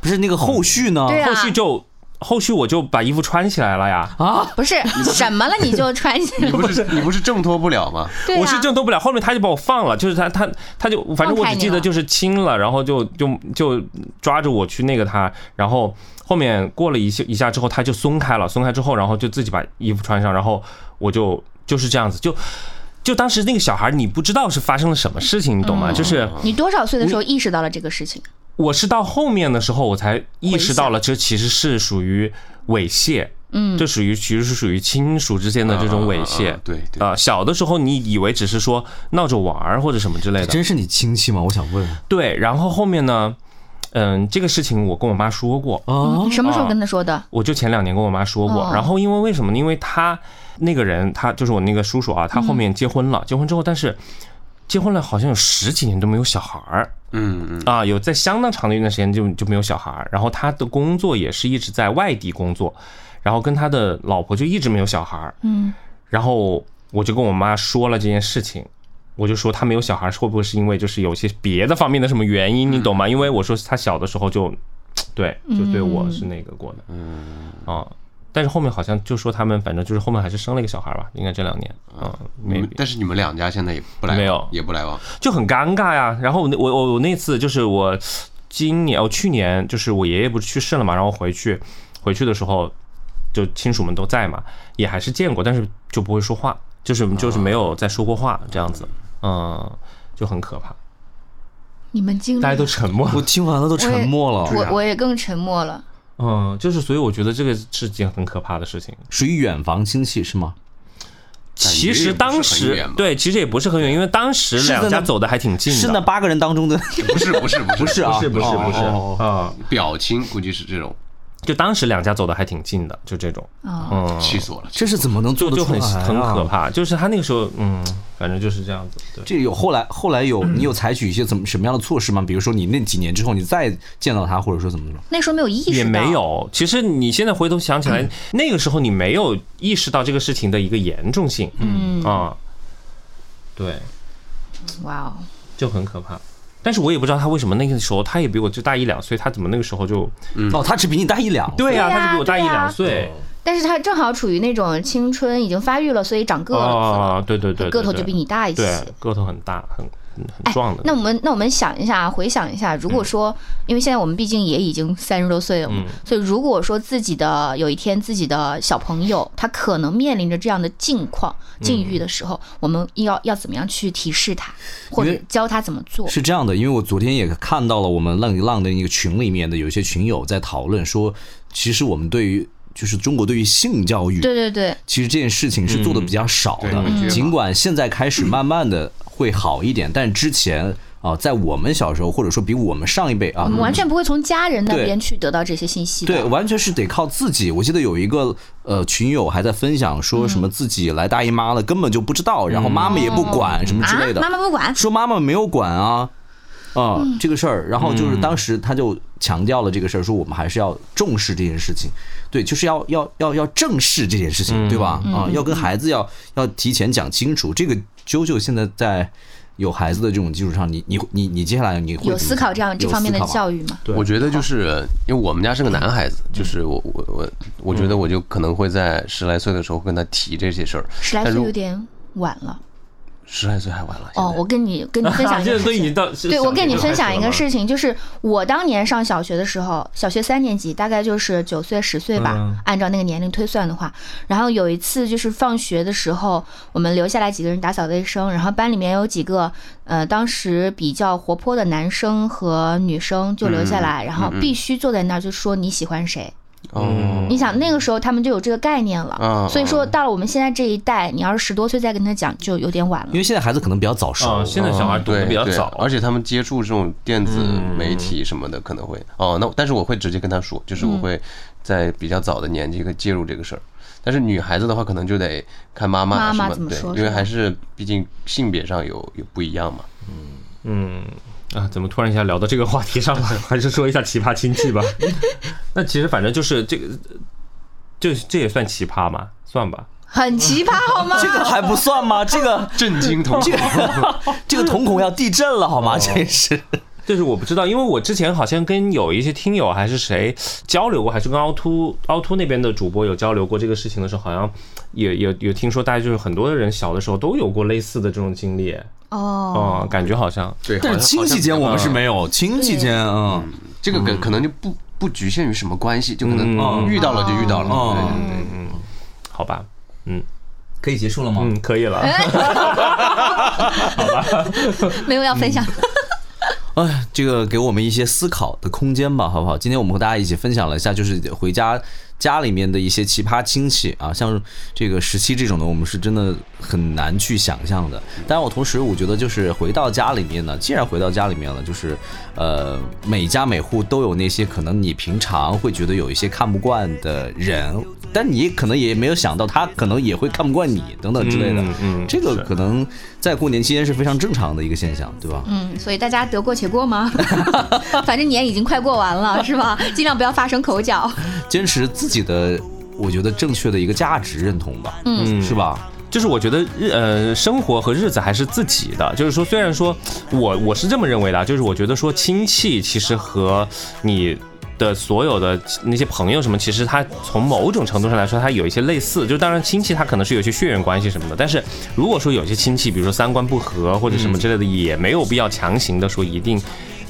Speaker 1: 不是那个后续呢？
Speaker 3: 对啊
Speaker 2: 后续就后续我就把衣服穿起来了呀，
Speaker 1: 啊，
Speaker 3: 不是 什么了，你就穿起来
Speaker 4: 你 不是你不是挣脱不了吗？
Speaker 3: 对啊，
Speaker 2: 我是挣脱不了，后面他就把我放了，就是他他他就反正我
Speaker 3: 放开
Speaker 2: 只
Speaker 3: 你
Speaker 2: 记得
Speaker 3: 了
Speaker 2: 就是亲了，然后就就就抓着我去那个他，然后后面过了一些一下之后他就松开了，松开之后然后就自己把衣服穿上，然后我就就是这样子就。就当时那个小孩，你不知道是发生了什么事情，你
Speaker 3: 嗯
Speaker 2: 懂吗？就是
Speaker 3: 你多少岁的时候意识到了这个事情？
Speaker 2: 我是到后面的时候，我才意识到了，这其实是属于猥亵，嗯，这属于其实是属于亲属之间的这种猥亵
Speaker 4: 啊啊啊啊，对对
Speaker 2: 啊、小的时候你以为只是说闹着玩儿或者什么之类的，
Speaker 1: 真是你亲戚吗？我想问
Speaker 2: 对，然后后面呢，嗯，这个事情我跟我妈说过，
Speaker 1: 啊，
Speaker 3: 什么时候跟他说的？
Speaker 2: 我就前两年跟我妈说过
Speaker 3: 哦，
Speaker 2: 然后因为为什么呢？因为他那个人，他就是我那个叔叔啊，他后面结婚了，结婚之后，但是结婚了好像有十几年都没有小孩儿，
Speaker 4: 嗯嗯，
Speaker 2: 啊，有在相当长的一段时间就就没有小孩儿，然后他的工作也是一直在外地工作，然后跟他的老婆就一直没有小孩儿，
Speaker 3: 嗯，
Speaker 2: 然后我就跟我妈说了这件事情，我就说他没有小孩儿会不会是因为就是有些别的方面的什么原因，你懂吗？因为我说他小的时候就，对，就对我是那个过的，嗯啊，但是后面好像就说他们反正就是后面还是生了一个小孩儿吧，应该这两年啊
Speaker 4: 你
Speaker 2: ，maybe
Speaker 4: 们。但是你们两家现在也不来往
Speaker 2: 没有
Speaker 4: 也不来往，
Speaker 2: 就很尴尬呀。然后我那我我我那次就是我今年哦去年就是我爷爷不是去世了嘛，然后回去回去的时候，就亲属们都在嘛，也还是见过，但是就不会说话，就是就是没有再说过话这样子，嗯，就很可怕。
Speaker 3: 你们经历
Speaker 2: 大家都沉默
Speaker 1: 我
Speaker 2: 了，
Speaker 1: 听完了都沉默了，
Speaker 2: 啊
Speaker 3: 我我也更沉默了。
Speaker 2: 嗯，就是所以我觉得这个是件很可怕的事情。
Speaker 1: 属于远房亲戚是吗？
Speaker 2: 其实当
Speaker 4: 感觉也不是很
Speaker 2: 时
Speaker 4: 远嘛
Speaker 2: 对，其实也不是很远，因为当时
Speaker 1: 是的
Speaker 2: 两家
Speaker 1: 呢
Speaker 2: 走的还挺近的，
Speaker 1: 是那八个人当 中的，
Speaker 4: 不是不是不是不
Speaker 1: 是啊
Speaker 2: 不是不是不是
Speaker 1: 哦
Speaker 2: 啊，
Speaker 4: 表亲估计是这种，
Speaker 2: 就当时两家走的还挺近的，就这种，
Speaker 3: 哦
Speaker 2: 嗯，
Speaker 4: 气死我了。
Speaker 1: 这是怎么能做
Speaker 2: 就
Speaker 1: 得
Speaker 2: 就
Speaker 1: 出来
Speaker 2: 很
Speaker 1: 啊？
Speaker 2: 很可怕，就是他那个时候，嗯，反正就是这样子，对，
Speaker 1: 这有后来后来有
Speaker 2: 嗯
Speaker 1: 你有采取一些怎么什么样的措施吗？比如说你那几年之后你再见到他，或者说怎么怎么？
Speaker 3: 那时候没有意识到，嗯
Speaker 2: 也没有。其实你现在回头想起来，那个时候你没有意识到这个事情的一个严重性，嗯啊，对，
Speaker 3: 哇哦，
Speaker 2: 就很可怕。但是我也不知道他为什么那个时候，他也比我就大一两岁，他怎么那个时候就
Speaker 1: 哦，他只比你大一两，，
Speaker 2: 对呀、
Speaker 3: 对呀啊
Speaker 2: 他就比我大一
Speaker 3: 对呀
Speaker 2: 两岁
Speaker 3: 但是他正好处于那种青春已经发育了，所以长个子了，
Speaker 2: 啊，对对对，对
Speaker 3: 个头就比你大一些。
Speaker 2: 对个头很大，很很壮的。
Speaker 3: 那我们那我们想一下啊，回想一下，如果说，因为现在我们毕竟也已经三十多岁了嘛，所以如果说自己的有一天自己的小朋友他可能面临着这样的境况境遇的时候，我们要要怎么样去提示他，或
Speaker 1: 因
Speaker 3: 者
Speaker 1: 为
Speaker 3: 教他怎么做？
Speaker 1: 是这样的，因为我昨天也看到了我们浪一浪的那个群里面的有一些群友在讨论说，其实我们对于就是中国对于性教育，
Speaker 3: 对对对，
Speaker 1: 其实这件事情是做的比较少
Speaker 4: 嗯对我觉
Speaker 1: 的，
Speaker 4: 得
Speaker 1: 尽管现在开始慢慢的会好一点，但之前啊、啊，在我们小时候，或者说比我们上一辈啊
Speaker 3: 我，们完全不会从家人那
Speaker 1: 对
Speaker 3: 边去得到这些信息的。
Speaker 1: 对，完全是得靠自己。我记得有一个呃群友还在分享说什么自己来大姨妈了，根本就不知道，然后妈妈也不管什么之类的，
Speaker 3: 啊，妈妈不管，
Speaker 1: 说妈妈没有管啊。啊、
Speaker 3: 嗯
Speaker 1: 这个事儿，然后就是当时他就强调了这个事儿，说我们还是要重视这件事情，对，就是要要要要正视这件事
Speaker 3: 嗯
Speaker 1: 情，对吧？啊、要跟孩子要要提前讲清楚。这个啾啾现在在有孩子的这种基础上，你你你你接下来你会
Speaker 3: 有思考这样这方面的
Speaker 1: 育，
Speaker 3: 教育吗？
Speaker 1: 对
Speaker 4: 我觉得就是因为我们家是个男孩子，就是我我我，我觉得我就可能会在十来岁的时候跟他提这些事儿。
Speaker 3: 十来
Speaker 4: 但
Speaker 3: 岁
Speaker 4: 如
Speaker 3: 有点晚了。
Speaker 4: 十来岁还晚了。现
Speaker 3: 哦，
Speaker 4: 在
Speaker 3: 我跟你跟你分享 一
Speaker 2: 现
Speaker 3: 个
Speaker 2: 在都
Speaker 3: 事
Speaker 2: 已经
Speaker 3: 情。
Speaker 2: 到，
Speaker 3: 对，我跟你分享一个
Speaker 2: 事。
Speaker 3: 事情，就是我当年上小学的时候，小学三年级，大概就是九岁、十岁吧，
Speaker 2: 嗯
Speaker 3: 按照那个年龄推算的话。然后有一次就是放学的时候，我们留下来几个人打扫卫生，然后班里面有几个呃当时比较活泼的男生和女生就留下来，然后必须坐在那儿就说你喜欢谁。
Speaker 4: 哦，
Speaker 3: 你想那个时候他们就有这个概念了，
Speaker 4: 嗯
Speaker 3: 所以说到了我们现在这一代，你要是十多岁再跟他讲就有点晚了
Speaker 1: 因。为现在孩子可能比较早熟，
Speaker 2: 啊，现在
Speaker 1: 哦
Speaker 2: 小孩读
Speaker 4: 对
Speaker 2: 的比较
Speaker 4: 对
Speaker 2: 早，
Speaker 4: 而且他们接触这种电子媒体什么的可能会哦，那但是我会直接跟他说，就是
Speaker 3: 嗯
Speaker 4: 我会在比较早的年纪会介入这个事儿。但是女孩子的话，可能就得看妈妈
Speaker 3: 妈妈
Speaker 4: 什
Speaker 3: 怎么
Speaker 4: 对
Speaker 3: 说，
Speaker 4: 因
Speaker 3: 是
Speaker 4: 为
Speaker 3: 吧
Speaker 4: 还是毕竟性别上有有不一样嘛。
Speaker 2: 嗯啊，怎么突然一下聊到这个话题上了？ 还是说一下奇葩亲戚吧。 那其实反正就是这个，就这也算奇葩嘛，算吧。
Speaker 3: 很奇葩好吗？
Speaker 1: 这个还不算吗？这个
Speaker 4: 震惊同
Speaker 1: 这个这个瞳孔要地震了好吗？真是，
Speaker 2: 就是我不知道，因为我之前好像跟有一些听友还是谁交流过，还是跟凹凸凹凸那边的主播有交流过这个事情的时候，好像也也有听说，大家就是很多人小的时候都有过类似的这种经历，
Speaker 3: 哦，
Speaker 2: 哦，感觉好像
Speaker 4: 对，
Speaker 1: 但
Speaker 4: 好
Speaker 1: 是
Speaker 4: 像嗯
Speaker 1: 亲戚间我们是没有，亲戚间嗯。
Speaker 4: 这个可可能就不不局限于什么关系，就可能
Speaker 1: 嗯
Speaker 4: 遇到了就遇到了。
Speaker 1: 嗯
Speaker 4: 对对对
Speaker 2: 好吧，
Speaker 1: 可以结束了吗？
Speaker 2: 嗯，可以了。
Speaker 3: 没有要分享。
Speaker 1: 哎，这个给我们一些思考的空间吧，好不好？今天我们和大家一起分享了一下，就是回家家里面的一些奇葩亲戚啊，像这个十七这种的，我们是真的很难去想象的。但我同时我觉得，就是回到家里面呢，既然回到家里面了，就是呃，每家每户都有那些可能你平常会觉得有一些看不惯的人，但你可能也没有想到他可能也会看不惯你等等之类的。
Speaker 2: 嗯嗯
Speaker 1: 这个
Speaker 2: 是
Speaker 1: 可能在过年期间是非常正常的一个现象，对吧？
Speaker 3: 嗯，所以大家得过且 过吗？反正年已经快过完了，是吧？尽量不要发生口角。
Speaker 1: 坚持自己的，我觉得正确的一个价值认同吧，嗯，是吧？
Speaker 2: 就是我觉得日呃，生活和日子还是自己的。就是说，虽然说我我是这么认为的啊，就是我觉得说亲戚其实和你。的所有的那些朋友什么，其实他从某种程度上来说，他有一些类似。就当然亲戚他可能是有一些血缘关系什么的，但是如果说有些亲戚，比如说三观不合或者
Speaker 3: 嗯
Speaker 2: 什么之类的，也没有必要强行的说一定，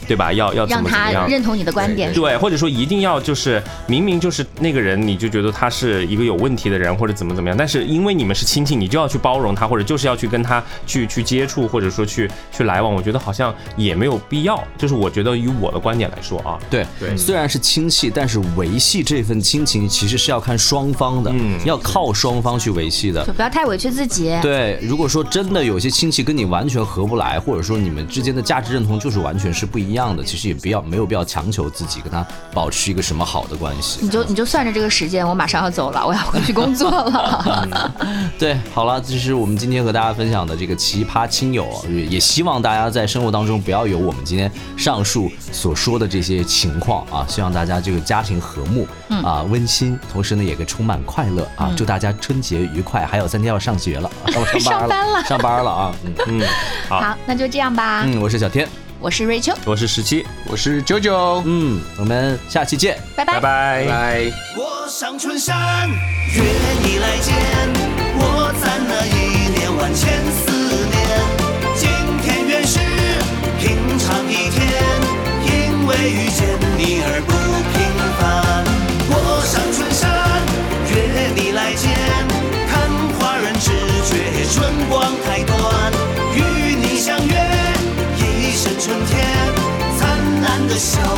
Speaker 2: 对吧？要要怎
Speaker 3: 让
Speaker 2: 么怎么
Speaker 3: 他
Speaker 2: 样？
Speaker 3: 认同你的观点。
Speaker 2: 对，或者说一定要就是明明就是那个人，你就觉得他是一个有问题的人，或者怎么怎么样，但是因为你们是亲戚，你就要去包容他，或者就是要去跟他去去接触，或者说去去来往，我觉得好像也没有必要。就是我觉得以我的观点来说啊，
Speaker 1: 对，
Speaker 2: 对
Speaker 1: 虽然是亲戚，但是维系这份亲情其实是要看双方的，
Speaker 2: 嗯
Speaker 1: 要靠双方去维系的
Speaker 3: 就。不要太委屈自己。
Speaker 1: 对，如果说真的有些亲戚跟你完全合不来，或者说你们之间的价值认同就是完全是不一样的，其实也不要没有必要强求自己跟他保持一个什么好的关系。
Speaker 3: 你就你就算着这个时间，我马上要走了，我要回去工作
Speaker 2: 嗯
Speaker 3: 了。
Speaker 1: 对，好了，这是我们今天和大家分享的这个奇葩亲友，啊也希望大家在生活当中不要有我们今天上述所说的这些情况啊，希望大家这个家庭和睦，啊温馨，同时呢也给充满快乐啊，祝大家春节愉快，还有三天要上学了，啊 要上
Speaker 3: 上
Speaker 1: 班
Speaker 3: 班
Speaker 1: 了，
Speaker 3: 了
Speaker 1: 上班了啊，嗯
Speaker 2: 嗯，好，
Speaker 3: 好，那就这样吧。
Speaker 1: 嗯，我是小天，
Speaker 3: 我是 Rachel，
Speaker 2: 我是十七，
Speaker 4: 我是九九，
Speaker 1: 嗯，我们下期见。
Speaker 3: 拜拜
Speaker 2: 拜。拜
Speaker 4: 拜拜。
Speaker 5: 我上春山，约你来见。我在那一年万千思念，今天原是平常一天，因为遇见你而不平凡。我上春山，约你来见。看花人只觉春光太短，与你相约一身春天，灿烂的笑